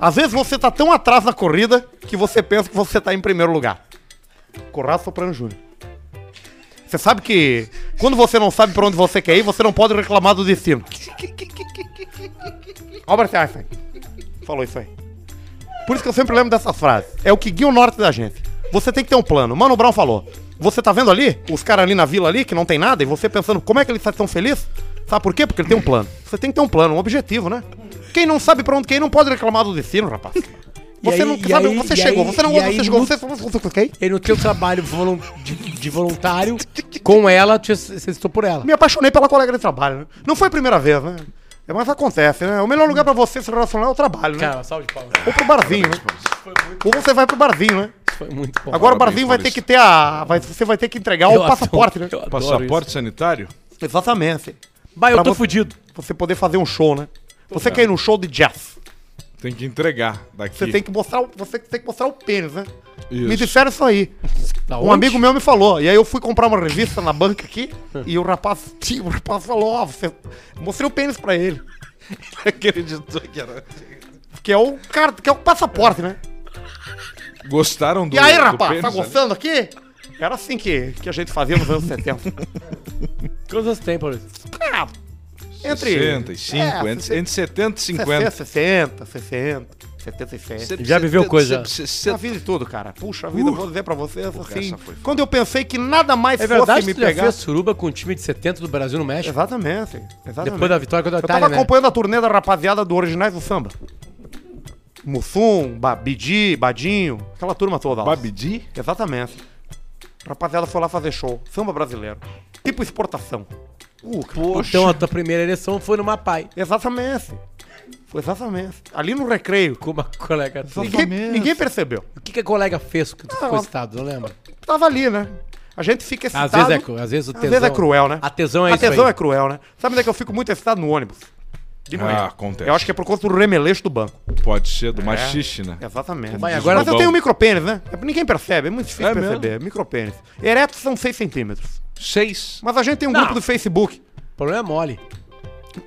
Speaker 1: Às vezes você tá tão atrás na corrida que você pensa que você tá em primeiro lugar. Corrado Soprano Júnior. Você sabe que quando você não sabe pra onde você quer ir, você não pode reclamar do destino. Albert Einstein falou isso aí. Por isso que eu sempre lembro dessa frase. É o que guia o norte da gente. Você tem que ter um plano. Mano Brown falou. Você tá vendo ali? Os caras ali na vila ali, que não tem nada, e você pensando como é que eles estão tão felizes? Sabe por quê? Porque ele tem um plano. Você tem que ter um plano, um objetivo, né? Quem não sabe pra onde quer ir não pode reclamar do destino,
Speaker 3: (laughs)
Speaker 1: rapaz. Você
Speaker 3: aí-
Speaker 1: não
Speaker 3: e
Speaker 1: sabe,
Speaker 3: aí-
Speaker 1: você
Speaker 3: e
Speaker 1: chegou,
Speaker 3: aí-
Speaker 1: você não
Speaker 3: e
Speaker 1: gosta,
Speaker 3: aí
Speaker 1: você chegou,
Speaker 3: no-
Speaker 1: você você- você- você- você-
Speaker 3: E no teu trabalho volun- de,
Speaker 1: (laughs)
Speaker 3: de voluntário, com ela, tu- você estou por ela.
Speaker 1: Me apaixonei pela colega de trabalho, né? Não foi a primeira vez, né? É, Mas acontece, né? O melhor lugar pra você se relacionar é o trabalho, né?
Speaker 3: Cara, salve de palmas.
Speaker 1: Ou pro barzinho, né? Ou você vai pro barzinho, né?
Speaker 3: Foi muito bom.
Speaker 1: Agora o barzinho
Speaker 2: Parabéns,
Speaker 1: vai ter
Speaker 2: Maurício.
Speaker 1: que ter a. vai- você vai ter que entregar
Speaker 3: Eu
Speaker 1: o passaporte, né?
Speaker 3: adoro- eu adoro
Speaker 2: Passaporte sanitário?
Speaker 1: Isso. Exatamente.
Speaker 3: isso. Bah, eu
Speaker 1: pra
Speaker 3: tô
Speaker 1: você-
Speaker 3: fudido.
Speaker 1: Você poder fazer um show, né? Você quer ir num show de jazz.
Speaker 2: Tem que entregar daqui.
Speaker 1: Você tem que mostrar o, você tem que mostrar o pênis, né?
Speaker 2: Isso.
Speaker 1: Me disseram isso aí.
Speaker 3: Da
Speaker 1: Um amigo meu me falou. E aí eu fui comprar uma revista na banca
Speaker 2: (laughs)
Speaker 1: aqui e o rapaz, tinha- o rapaz falou, ó, você. Mostrei o pênis pra
Speaker 2: (laughs)
Speaker 1: ele.
Speaker 2: acreditou que era.
Speaker 1: Que é o cara, que é o passaporte, né?
Speaker 2: Gostaram do.
Speaker 1: E aí,
Speaker 2: do
Speaker 1: rapaz,
Speaker 2: pênis,
Speaker 1: tá
Speaker 2: né?
Speaker 1: gostando aqui? Era assim que, que a gente fazia nos anos 70.
Speaker 3: Quantos anos tem, Paulista?
Speaker 1: Ah, entre.
Speaker 2: 65,
Speaker 1: É,
Speaker 2: entre, entre 70
Speaker 1: 50.
Speaker 2: e 50.
Speaker 1: 60, 60, 77.
Speaker 3: Já viveu coisa.
Speaker 1: Eu fiz de tudo, cara. Puxa vida, vou dizer pra vocês assim.
Speaker 2: essa foi foda.
Speaker 1: Quando eu pensei que nada mais
Speaker 3: É verdade que
Speaker 1: me
Speaker 3: tu já
Speaker 1: pegar.
Speaker 3: fez suruba com o time de 70 do Brasil no México?
Speaker 1: Exatamente, exatamente.
Speaker 3: Depois da vitória contra a
Speaker 1: Eu tava
Speaker 3: Itália, né?
Speaker 1: acompanhando a turnê da rapaziada do Originais do Samba. Mussum, Ba- Bidi, Badinho, aquela turma toda lá.
Speaker 2: Babidi?
Speaker 1: Exatamente. A rapaziada foi lá fazer show. Samba brasileiro. Tipo exportação. Uh, cara.
Speaker 3: Então a tua primeira ereção foi numa pai.
Speaker 1: Exatamente. Foi exatamente. Ali no recreio.
Speaker 3: Com uma colega. tua.
Speaker 1: Ninguém,
Speaker 2: Exatamente.
Speaker 1: ninguém perceu.
Speaker 3: O que, que a colega fez que tu ficou
Speaker 1: ela-
Speaker 3: excitado? Não lembro.
Speaker 1: Tava ali, né? A gente fica excitado.
Speaker 3: Às vezes, é, cru- às vezes o
Speaker 1: Tá Às
Speaker 3: tesão...
Speaker 1: vezes é cruel, né?
Speaker 3: A tesão é
Speaker 1: a
Speaker 3: isso
Speaker 1: tesão
Speaker 3: aí.
Speaker 1: é cruel, né? Sabe onde é que eu fico muito excitado no ônibus? De manhã.
Speaker 2: Ah, acontece.
Speaker 1: Eu acho É. que é por conta do remeleixo do banco.
Speaker 2: Pode ser do machixe, né?
Speaker 1: Exatamente.
Speaker 3: Mas agora-
Speaker 1: Mas eu
Speaker 2: Bom.
Speaker 1: tenho micropênis, né? É- Ninguém percebe, é muito difícil
Speaker 2: É mesmo?
Speaker 1: perceber. Micropênis. Eretos são 6 centímetros.
Speaker 2: 6.
Speaker 1: Mas a gente tem um
Speaker 3: Não.
Speaker 1: grupo do Facebook.
Speaker 3: O problema é mole.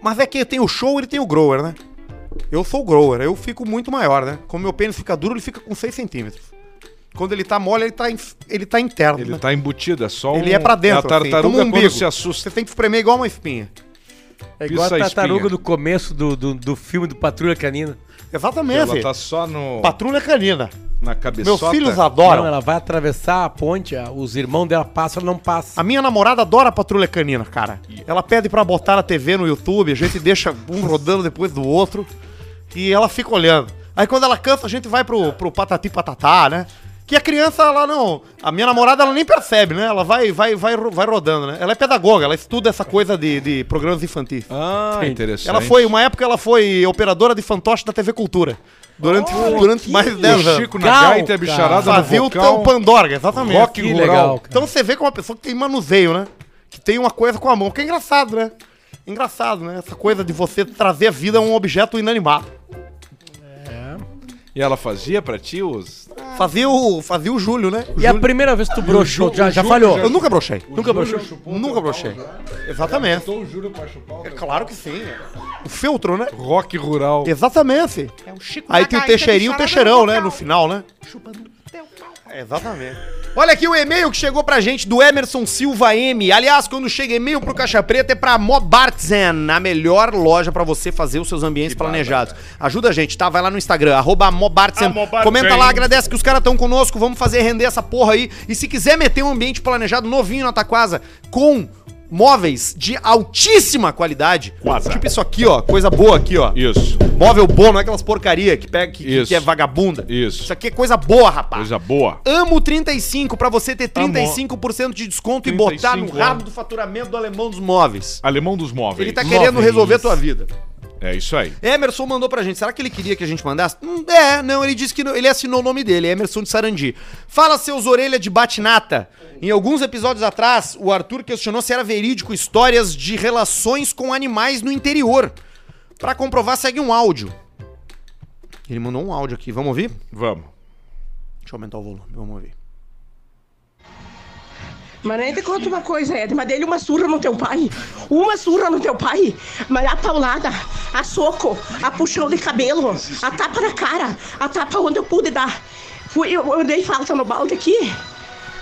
Speaker 1: Mas é que tem o show ele tem o grower, né? Eu sou o grower, eu fico muito maior, né? Como meu pênis fica duro, ele fica com 6 centímetros. Quando ele tá mole, ele tá, em- ele tá interno. né?
Speaker 2: Ele tá embutido, é só um...
Speaker 1: Ele é pra dentro,
Speaker 2: a
Speaker 1: assim, como um
Speaker 2: tartaruga
Speaker 1: umbigo.
Speaker 2: quando se
Speaker 1: Você
Speaker 2: assusta.
Speaker 1: tem que espremer igual uma espinha.
Speaker 3: É igual
Speaker 2: Pisa
Speaker 3: a
Speaker 2: a
Speaker 3: tartaruga
Speaker 2: espinha.
Speaker 3: do começo do, do, do filme do Patrulha Canina.
Speaker 1: Exatamente.
Speaker 2: Ela tá só tá- no...
Speaker 1: Patrulha canina.
Speaker 2: na
Speaker 1: Meus
Speaker 2: cabeçota.
Speaker 1: filhos adoram.
Speaker 3: Não, ela vai atravessar a ponte, a- os irmãos dela passam, ela não passa.
Speaker 1: A minha namorada adora a patrulha canina, cara. Ela pede pra botar na TV no YouTube, a gente deixa um rodando depois do outro e ela fica olhando. Aí quando ela cansa, a gente vai pro, pro patati patatá, né? Que a criança, ela não. A minha namorada, ela nem percebe, né? Ela vai, vai, vai, ro- vai rodando, né? Ela é pedagoga, ela estuda essa coisa de, de programas infantis.
Speaker 2: Ah,
Speaker 3: Entendi.
Speaker 2: interessante.
Speaker 1: Ela foi, uma época, ela foi operadora de fantoche da TV Cultura. Durante, durante mais de 10
Speaker 2: O
Speaker 1: anos.
Speaker 2: Oh, Chico na
Speaker 3: Legal,
Speaker 2: gaita é bicharada no
Speaker 1: Fazia o
Speaker 2: vocal.
Speaker 1: teu Pandorga, exatamente.
Speaker 2: Rock
Speaker 3: Que
Speaker 2: rural.
Speaker 3: legal.
Speaker 1: Então você vê que é uma pessoa que tem manuseio, né? Que tem uma coisa com a mão, que é engraçado, né? Engraçado, né? Essa coisa de você trazer a vida a um objeto inanimado.
Speaker 2: E ela fazia pra ti os...
Speaker 1: Fazia o, fazia o Júlio, né?
Speaker 3: E a primeira vez que tu broxou,
Speaker 2: Ju-
Speaker 3: já,
Speaker 2: o
Speaker 3: já
Speaker 2: Ju-
Speaker 3: falhou.
Speaker 1: Eu nunca brochei.
Speaker 3: Nunca broxou.
Speaker 1: Nunca brochei. Exatamente.
Speaker 2: o Júlio pra chupar
Speaker 1: É claro que sim. O filtro, né?
Speaker 2: Rock rural.
Speaker 1: Exatamente.
Speaker 5: É o Chico
Speaker 1: Aí
Speaker 5: da
Speaker 1: tem o
Speaker 6: um
Speaker 5: gaita
Speaker 1: Teixeirinho e o
Speaker 6: é
Speaker 5: bicharada
Speaker 1: Teixeirão, né?
Speaker 5: vocal.
Speaker 1: No final, né?
Speaker 5: Chupando.
Speaker 1: É, exatamente. Olha aqui o e-mail que chegou pra gente do Emerson Silva M. Aliás, quando chega e-mail pro Caixa Preta é pra Mobartzen, a melhor loja pra você fazer os seus ambientes planejados. Ajuda a gente, tá? Vai lá no Instagram, arroba Mobartzen.
Speaker 2: Ah, Mobartzen.
Speaker 1: Comenta lá, agradece que os caras estão conosco, vamos fazer render essa porra aí. E se quiser meter um ambiente planejado novinho na tua casa com móveis de altíssima qualidade,
Speaker 2: Quasa.
Speaker 1: tipo isso aqui, ó, coisa boa aqui, ó.
Speaker 2: Isso.
Speaker 1: Móvel bom, não é aquelas porcaria que pega que- que,
Speaker 2: Isso.
Speaker 1: que é vagabunda.
Speaker 2: Isso.
Speaker 1: Isso aqui é coisa boa, rapaz.
Speaker 2: Coisa boa.
Speaker 1: Amo 35 pra você ter 35% de desconto e botar no
Speaker 2: 35,
Speaker 1: rabo
Speaker 2: ó.
Speaker 1: do faturamento do alemão dos móveis.
Speaker 2: Alemão dos móveis.
Speaker 1: Ele tá querendo resolver a tua vida.
Speaker 2: É isso aí.
Speaker 1: Emerson mandou pra gente. Será que ele queria que a gente mandasse? Hum, é, não, ele disse que não- ele assinou o nome dele, Emerson de Sarandi. Fala seus orelha de batinata. Em alguns episódios atrás, o Arthur questionou se era verídico histórias de relações com animais no interior. Pra comprovar, segue um áudio. Ele mandou um áudio aqui, vamos ouvir?
Speaker 2: Vamos.
Speaker 1: Deixa eu aumentar o volume, vamos ouvir.
Speaker 5: Mas nem te conta uma coisa, Ed, mas dele uma surra no teu pai. Uma surra no teu pai. Mas a paulada, a soco, a puxão de cabelo, a tapa na cara, a tapa onde eu pude dar. Fui, eu, eu dei falta no balde aqui.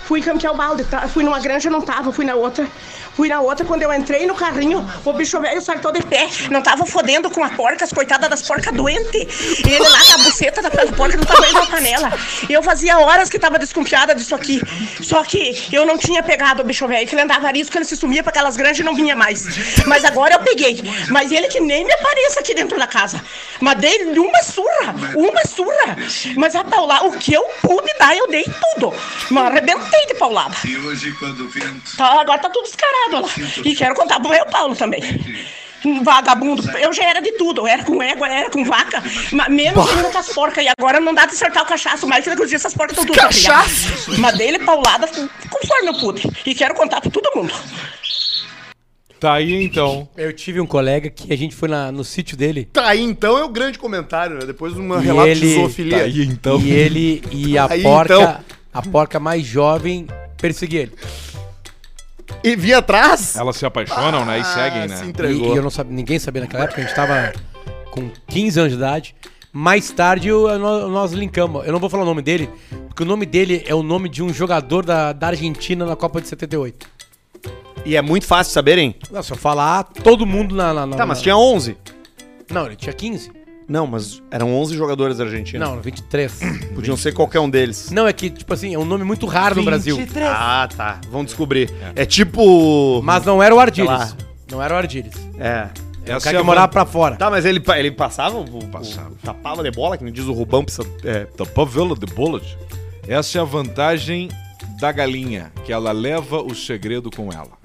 Speaker 5: Fui campeão balde, tá? fui numa granja, não tava, fui na outra. Fui na outra, quando eu entrei no carrinho, o bicho velho saltou de pé. Não tava fodendo com a porca, as coitadas das porcas doentes. Ele lá na buceta da porca, não tava indo na panela. Eu fazia horas que tava desconfiada disso aqui. Só que eu não tinha pegado o bicho velho, que ele andava risco, ele se sumia pra aquelas granjas e não vinha mais. Mas agora eu peguei. Mas ele que nem me apareça aqui dentro da casa. Mas dei uma surra, uma surra. Mas a paulada, o que eu pude dar, eu dei tudo. Mas arrebentei de paulada.
Speaker 7: E hoje, quando o vento
Speaker 5: Tá, agora tá tudo descarado lá. E quero contar pro meu Paulo também. Um Vagabundo, eu já era de tudo, eu era com égua, eu era com vaca, mas menos ainda com as porcas. E agora não dá de acertar o cachaço, mais que daqui uns dias essas porcas estão tudo cachaço. Mas dele é paulada, conforme eu pude. E quero contar pra todo mundo.
Speaker 2: Tá aí então.
Speaker 3: Eu tive um colega que a gente foi na- no sítio dele.
Speaker 1: Tá aí então é o grande comentário, né? Depois um
Speaker 3: E
Speaker 1: relato de
Speaker 3: ele-
Speaker 1: zoofilia.
Speaker 2: Tá aí então.
Speaker 3: E ele e a
Speaker 1: Aí,
Speaker 3: porca.
Speaker 1: então.
Speaker 3: A porca mais jovem perseguia ele.
Speaker 1: E vi atrás?
Speaker 2: Elas se apaixonam, né? E seguem, né?
Speaker 1: Ah, Se
Speaker 3: E,
Speaker 1: entregou.
Speaker 3: e eu não sabia, ninguém sabia naquela época, a gente tava com 15 anos de idade. Mais tarde eu- eu- nós, linkamos. Eu não vou falar o nome dele, porque o nome dele é o nome de um jogador da, da Argentina na Copa de 78.
Speaker 1: E é muito fácil saberem.
Speaker 3: Não, se eu falar, todo mundo na. na- na-
Speaker 1: Tá, mas
Speaker 3: na-
Speaker 1: tinha 11.
Speaker 3: Não, ele tinha 15.
Speaker 1: Não, mas eram 11 jogadores argentinos.
Speaker 3: Não, 23.
Speaker 1: Podiam ser qualquer um deles.
Speaker 3: não, é que, tipo assim, é um nome muito raro no Brasil.
Speaker 1: Ah, tá. Vão descobrir. É, tipo.
Speaker 3: Mas não era o Ardiles.
Speaker 1: Sei lá.
Speaker 3: Não era o Ardiles.
Speaker 1: É.
Speaker 3: É o
Speaker 2: Essa é
Speaker 3: cara que
Speaker 2: a
Speaker 3: morava
Speaker 2: van-
Speaker 3: pra fora.
Speaker 1: Tá, mas ele, pa- ele passava, o, o-
Speaker 2: Passava.
Speaker 1: o- tapava de bola, que não diz o Rubão. Precisa, é,
Speaker 2: The Pavela de Bullet. Essa é a vantagem da galinha, que ela leva o segredo com ela.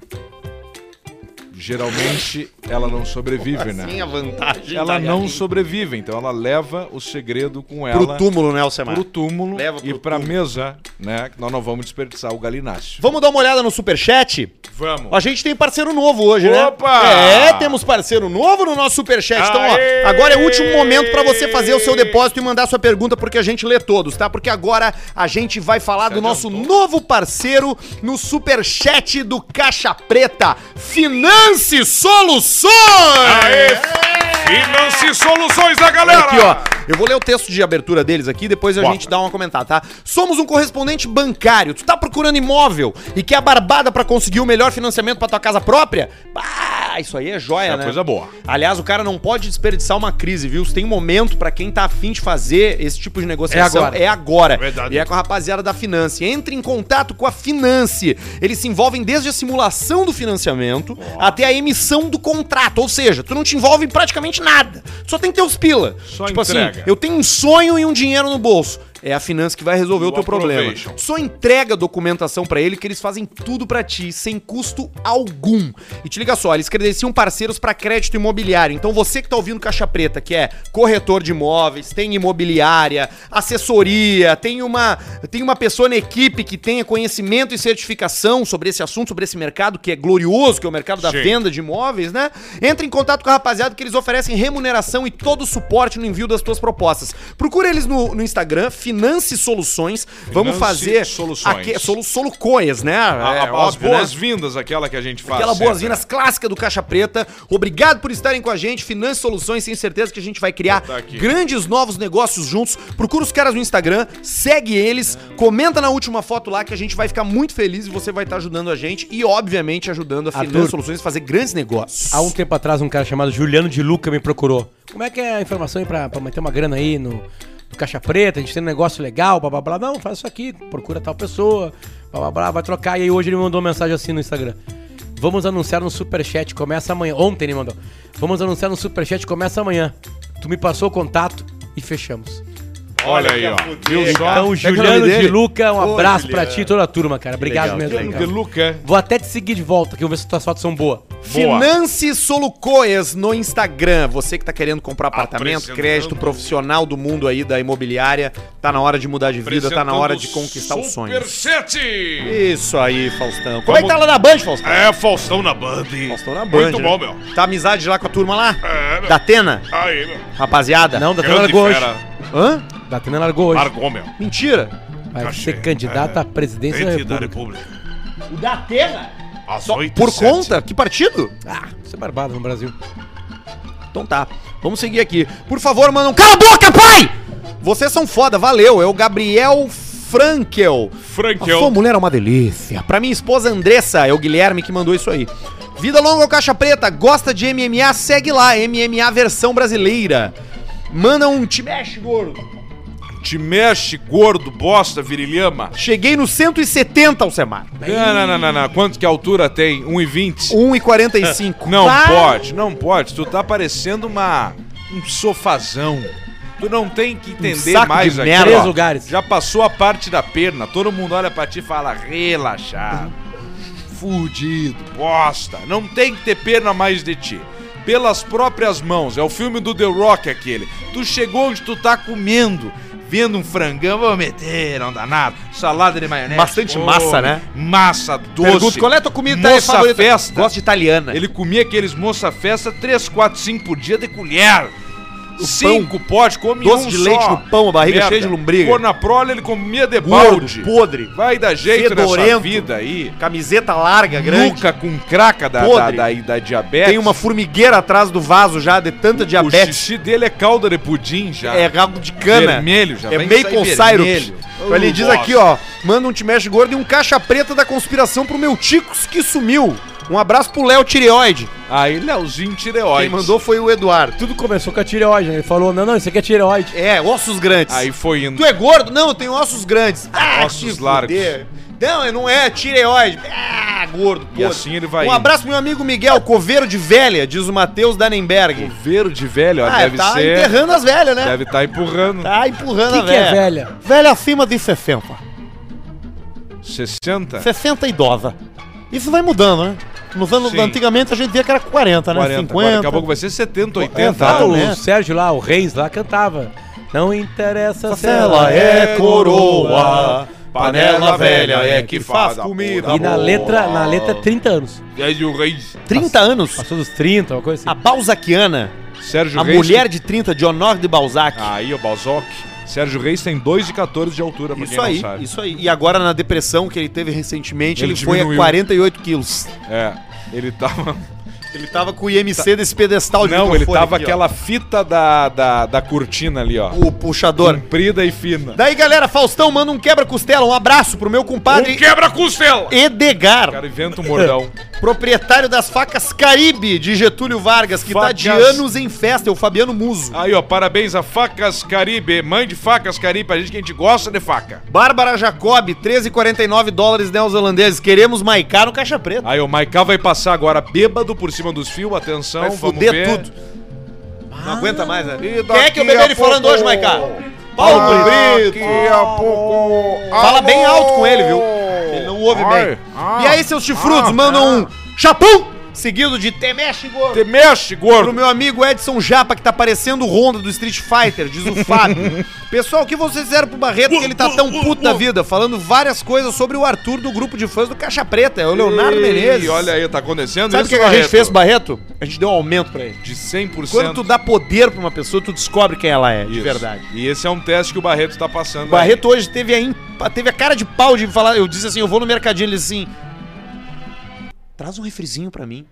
Speaker 2: Geralmente ela não sobrevive,
Speaker 1: assim
Speaker 2: né?
Speaker 1: a vantagem.
Speaker 2: Ela
Speaker 1: da
Speaker 2: não
Speaker 1: galinha.
Speaker 2: sobrevive, então ela leva o segredo com
Speaker 1: Pro
Speaker 2: ela
Speaker 1: túmulo, né, Alcemar?
Speaker 2: pro túmulo
Speaker 1: Leva pro
Speaker 2: e pra
Speaker 1: túmulo.
Speaker 2: mesa, né? Que nós não vamos desperdiçar o galináceo.
Speaker 1: Vamos dar uma olhada no superchat?
Speaker 2: Vamos.
Speaker 1: A gente tem parceiro novo hoje, né?
Speaker 2: Opa!
Speaker 1: É, temos parceiro novo no nosso superchat. Então,
Speaker 2: Aê!
Speaker 1: ó, agora é o último momento pra você fazer o seu depósito e mandar sua pergunta, porque a gente lê todos, tá? Porque agora a gente vai falar do nosso novo parceiro no superchat do Caixa Preta, Finance Soluções!
Speaker 2: Finance Soluções da galera!
Speaker 1: Aqui, ó. Eu vou ler o texto de abertura deles aqui, depois a
Speaker 2: Bota.
Speaker 1: gente dá uma comentada, tá? Somos um correspondente bancário. Tu tá procurando imóvel e quer a barbada pra conseguir o melhor financiamento pra tua casa própria? Ah, isso aí é joia,
Speaker 2: É
Speaker 1: né?
Speaker 2: coisa boa.
Speaker 1: Aliás, o cara não pode desperdiçar uma crise, viu? Tem um momento pra quem tá afim de fazer esse tipo de negociação.
Speaker 3: É agora.
Speaker 1: É agora.
Speaker 2: Verdade.
Speaker 1: E é com a rapaziada da Finance. Entre em contato com a Finance. Eles se envolvem desde a simulação do financiamento até a emissão do contrato. Ou seja, tu não te envolve em praticamente nada. Tu só tem que ter os pila.
Speaker 2: Só
Speaker 1: tipo
Speaker 2: entrega.
Speaker 1: assim, eu tenho um sonho e um dinheiro no bolso. É a Finance que vai resolver o,
Speaker 2: O
Speaker 1: teu problema.
Speaker 2: aprovation.
Speaker 1: Só entrega a documentação pra ele que eles fazem tudo pra ti, sem custo algum. E te liga só, eles credenciam parceiros pra crédito imobiliário. Então você que tá ouvindo Caixa Preta, que é corretor de imóveis, tem imobiliária, assessoria, tem uma, tem uma pessoa na equipe que tenha conhecimento e certificação sobre esse assunto, sobre esse mercado que é glorioso, que é o mercado da
Speaker 2: Sim.
Speaker 1: venda de imóveis, né? Entra em contato com a rapaziada que eles oferecem remuneração e todo o suporte no envio das tuas propostas. Procura eles no, no Instagram, Finance Finance Soluções. Vamos
Speaker 2: Finance
Speaker 1: fazer
Speaker 2: Soluções.
Speaker 1: aque- solu, soluções, né?
Speaker 2: A-
Speaker 1: É,
Speaker 2: a- as
Speaker 1: óbvio, né?
Speaker 2: boas-vindas, aquela que a gente faz.
Speaker 1: Aquela
Speaker 2: sempre.
Speaker 1: boas-vindas clássica do Caixa Preta. Obrigado por estarem com a gente. Finance Soluções, tenho certeza que a gente vai criar
Speaker 2: Tá aqui.
Speaker 1: grandes novos negócios juntos. Procura os caras no Instagram, segue eles, comenta na última foto lá que a gente vai ficar muito feliz e você vai estar ajudando a gente e, obviamente, ajudando a
Speaker 3: Arthur.
Speaker 1: Finance Soluções a fazer grandes negócios.
Speaker 3: Há um tempo atrás, um cara chamado Juliano de Luca me procurou. Como é que é a informação aí pra, pra meter uma grana aí no, no Caixa Preta? A gente tem um negócio legal, blá blá blá. Não, faz isso aqui, procura tal pessoa, blá blá blá, vai trocar. E aí hoje ele me mandou uma mensagem assim no Instagram. Vamos anunciar no Superchat, começa amanhã. Ontem ele mandou. Vamos anunciar no Superchat, começa amanhã. Tu me passou o contato e fechamos.
Speaker 2: Olha aí, ó. Viu
Speaker 1: Ah,
Speaker 3: Então,
Speaker 1: é
Speaker 2: só?
Speaker 3: Juliano de Luca, um
Speaker 1: Ô,
Speaker 3: abraço
Speaker 1: Juliano.
Speaker 3: pra ti e toda a turma, cara.
Speaker 1: legal,
Speaker 3: Obrigado mesmo.
Speaker 1: que
Speaker 3: aí,
Speaker 2: De
Speaker 3: cara.
Speaker 2: Luca.
Speaker 1: tá
Speaker 3: Vou até te seguir de volta, que eu vou ver se tuas fotos são boas.
Speaker 2: Boa.
Speaker 1: Finance Solucoias no Instagram. Você que tá querendo comprar apartamento,
Speaker 2: Apresentando-
Speaker 1: crédito profissional do mundo aí da imobiliária, tá na hora de mudar de vida, tá na hora de conquistar os sonhos.
Speaker 2: Superchat!
Speaker 1: Isso aí, Faustão. Como é que
Speaker 2: Vamos-
Speaker 1: tá lá na Band, Faustão?
Speaker 2: É, Faustão na Band.
Speaker 1: Faustão na Band.
Speaker 2: Muito
Speaker 1: né?
Speaker 2: bom, meu.
Speaker 1: Tá amizade lá com a turma lá?
Speaker 2: É, meu.
Speaker 1: Da Atena?
Speaker 2: Aí, meu.
Speaker 1: Tá Rapaziada?
Speaker 3: Não, Datena
Speaker 2: Grande
Speaker 3: largou hoje.
Speaker 2: fera.
Speaker 1: Hã?
Speaker 3: Datena largou hoje.
Speaker 2: Largou, meu.
Speaker 1: Mentira.
Speaker 3: Vai
Speaker 2: Cachê. É.
Speaker 3: ser candidato à presidência da
Speaker 2: Presidente da
Speaker 3: República.
Speaker 2: República.
Speaker 5: O da Atena?
Speaker 2: Às
Speaker 1: Só
Speaker 2: oito e
Speaker 1: por
Speaker 2: sete.
Speaker 1: conta? Que partido?
Speaker 3: Ah, isso é barbado no Brasil.
Speaker 1: Então tá. Vamos seguir aqui. Por favor, mano. Cala a boca, pai! Vocês são foda, valeu. É o Gabriel Frankel. A
Speaker 2: Frankel.
Speaker 1: sua mulher é uma delícia. Pra minha esposa Andressa, é o Guilherme que mandou isso aí. Vida longa ao Caixa Preta, gosta de MMA? Segue lá, MMA versão brasileira. Manda um te mexe, gordo.
Speaker 2: Te mexe, gordo, bosta, virilhama.
Speaker 1: Cheguei no 170, Alcemar.
Speaker 2: Não, não, não, não, não. Quanto que a altura tem? 1,20?
Speaker 1: 1,45.
Speaker 2: Não
Speaker 1: Vai.
Speaker 2: pode, não pode. Tu tá parecendo uma... um sofazão. Tu não tem que entender
Speaker 1: Um saco
Speaker 2: mais
Speaker 1: de
Speaker 2: aqui,
Speaker 1: merda.
Speaker 2: ó.
Speaker 3: Três lugares.
Speaker 2: Já passou a parte da perna. Todo mundo olha pra ti e
Speaker 1: (laughs)
Speaker 2: fala relaxado. Fudido, bosta. Não tem que ter pena mais de ti. Pelas próprias mãos. É o filme do The Rock aquele. Tu chegou onde tu tá comendo. Vendo um frangão, vou meter, não dá nada. Salada de maionese.
Speaker 1: Bastante massa, né?
Speaker 2: Massa, doce.
Speaker 1: Pergunto, qual é a tua comida
Speaker 2: moça
Speaker 1: favorita?
Speaker 2: festa.
Speaker 1: Gosto de italiana.
Speaker 2: Ele comia aqueles moça festa 3, 4, 5 por dia de colher. Cinco potes, come
Speaker 1: Doce
Speaker 2: um
Speaker 1: de leite
Speaker 2: só.
Speaker 1: no pão, a barriga cheia de lombriga.
Speaker 2: Cornaprole ele comia de é balde.
Speaker 1: podre.
Speaker 2: Vai dar jeito nessa
Speaker 1: Fedorento.
Speaker 2: vida aí.
Speaker 1: Camiseta larga, grande.
Speaker 2: Nunca com craca da, da,
Speaker 1: Podre.
Speaker 2: da, da diabetes.
Speaker 1: Tem uma formigueira atrás do vaso já, de tanta
Speaker 2: O
Speaker 1: diabetes.
Speaker 2: xixi dele é calda de pudim já.
Speaker 1: É rabo de cana.
Speaker 2: Vermelho já,
Speaker 1: É
Speaker 2: vem
Speaker 1: bacon
Speaker 2: sair
Speaker 1: syrup.
Speaker 2: vermelho.
Speaker 1: Então ele
Speaker 2: Uh,
Speaker 1: diz
Speaker 2: bosta.
Speaker 1: aqui, ó. Manda um te mexe gordo e um caixa preta da conspiração pro meu Ticos que sumiu. Um abraço pro Léo Tireoide.
Speaker 2: Aí Leozinho tireoide.
Speaker 1: Quem mandou foi o Eduardo.
Speaker 3: Tudo começou com a tireoide, né? Ele falou, não, não, isso aqui é tireoide.
Speaker 1: É, ossos grandes.
Speaker 2: Aí foi indo.
Speaker 1: Tu é gordo? Não, eu tenho ossos grandes. Ah,
Speaker 2: Ossos
Speaker 1: te fuder.
Speaker 2: largos.
Speaker 1: Não, não é, é tireoide. Ah, gordo.
Speaker 2: E
Speaker 1: podre.
Speaker 2: assim ele vai
Speaker 1: Um
Speaker 2: indo.
Speaker 1: abraço pro meu amigo Miguel, coveiro de velha, diz o Matheus Danenberg.
Speaker 2: Coveiro de velho, ó,
Speaker 1: Ah,
Speaker 2: deve
Speaker 1: tá
Speaker 2: ser...
Speaker 1: enterrando as velhas, né?
Speaker 2: Deve estar empurrando.
Speaker 1: Tá empurrando
Speaker 3: O que,
Speaker 1: a
Speaker 3: que
Speaker 1: velha.
Speaker 3: é velha?
Speaker 1: Velha acima de 60.
Speaker 2: 60?
Speaker 1: 60 é idosa. Isso vai mudando, né? Nos anos
Speaker 2: Sim.
Speaker 1: antigamente a gente dizia que era 40, né?
Speaker 2: 40,
Speaker 1: 50.
Speaker 2: agora, daqui a pouco vai ser 70, 80.
Speaker 1: Tá,
Speaker 3: Ah, o
Speaker 2: É.
Speaker 1: né?
Speaker 3: Sérgio lá, o Reis lá, cantava. Não interessa
Speaker 1: Se ela é coroa, panela velha é que faz
Speaker 2: tá
Speaker 1: comida.
Speaker 3: E na letra, na letra, 30 anos.
Speaker 2: Sérgio Reis.
Speaker 1: 30 anos.
Speaker 3: Passou dos 30, uma coisa
Speaker 1: A
Speaker 3: assim.
Speaker 1: Balzaciana,
Speaker 2: Sérgio
Speaker 1: a
Speaker 2: Reis.
Speaker 1: mulher de 30 de Honor de Balzac.
Speaker 6: Ah.
Speaker 2: Aí, o Balzoc. Sérgio Reis tem 2 de 14 de altura, pra
Speaker 1: isso
Speaker 2: quem
Speaker 1: aí,
Speaker 2: não sabe.
Speaker 1: isso aí. E agora na depressão que ele teve recentemente, ele,
Speaker 2: Ele
Speaker 1: foi a
Speaker 2: diminuiu.
Speaker 1: 48 quilos.
Speaker 2: É, ele tava...
Speaker 1: Ele tava com o IMC desse pedestal de
Speaker 2: Tá. Não, ele
Speaker 1: microfone
Speaker 2: tava
Speaker 1: aqui, ó.
Speaker 2: aquela fita da, da, da cortina ali, ó.
Speaker 1: O puxador.
Speaker 2: Comprida e fina.
Speaker 1: Daí, galera, Faustão manda um quebra-costela. Um abraço pro meu compadre
Speaker 2: Um quebra-costela!
Speaker 1: Edegar.
Speaker 2: O cara inventa um mordão.
Speaker 1: Proprietário das facas Caribe de Getúlio Vargas, que tá
Speaker 2: Facas.
Speaker 1: de anos em festa, é o Fabiano Muso.
Speaker 2: Aí, ó, parabéns a Facas Caribe, mãe de Facas Caribe, pra gente que a gente gosta de faca.
Speaker 1: Bárbara Jacob, 13,49 dólares neozelandeses. Queremos maicar no caixa preta.
Speaker 2: Aí o Maiká vai passar agora bêbado por cima dos fios, atenção,
Speaker 1: Vai
Speaker 2: vamos
Speaker 1: fuder
Speaker 2: ver.
Speaker 1: tudo. Não aguenta mais, né?
Speaker 2: Ah, E
Speaker 1: Quem é que eu bebi
Speaker 2: daqui a
Speaker 1: ele falando
Speaker 2: pouco-
Speaker 1: hoje, Maiká? Paulo Brito.
Speaker 2: Ah, Daqui a pouco.
Speaker 1: Fala
Speaker 2: Alô!
Speaker 1: bem alto com ele, viu? Ele não ouve
Speaker 2: Ai,
Speaker 1: bem.
Speaker 2: ah,
Speaker 1: e aí, seus chifrutos,
Speaker 2: ah,
Speaker 1: mandam
Speaker 2: ah.
Speaker 1: um chapum seguido de Te mexe, gordo.
Speaker 2: Te mexe, gordo.
Speaker 1: Pro meu amigo Edson Japa, que tá parecendo o Honda do Street Fighter, diz
Speaker 2: (laughs)
Speaker 1: o Fábio. Pessoal, o que vocês fizeram pro Barreto que ele tá tão puto da vida? Falando várias coisas sobre o Arthur do grupo de fãs do Caixa Preta. É o Leonardo
Speaker 2: Ei,
Speaker 1: Menezes.
Speaker 2: olha aí, tá acontecendo
Speaker 1: Sabe o
Speaker 2: isso,
Speaker 1: que, a gente
Speaker 2: Barreto?
Speaker 1: fez, Barreto? A gente deu um aumento pra ele.
Speaker 2: De 100%.
Speaker 1: Quando tu dá poder pra uma pessoa, tu descobre quem ela é, de
Speaker 2: Isso.
Speaker 1: verdade.
Speaker 2: E esse é um teste que o Barreto tá passando.
Speaker 1: O Barreto hoje teve a, impa- teve a cara de pau de falar. Eu disse assim: eu vou no mercadinho. Ele disse assim: traz um refrizinho pra mim.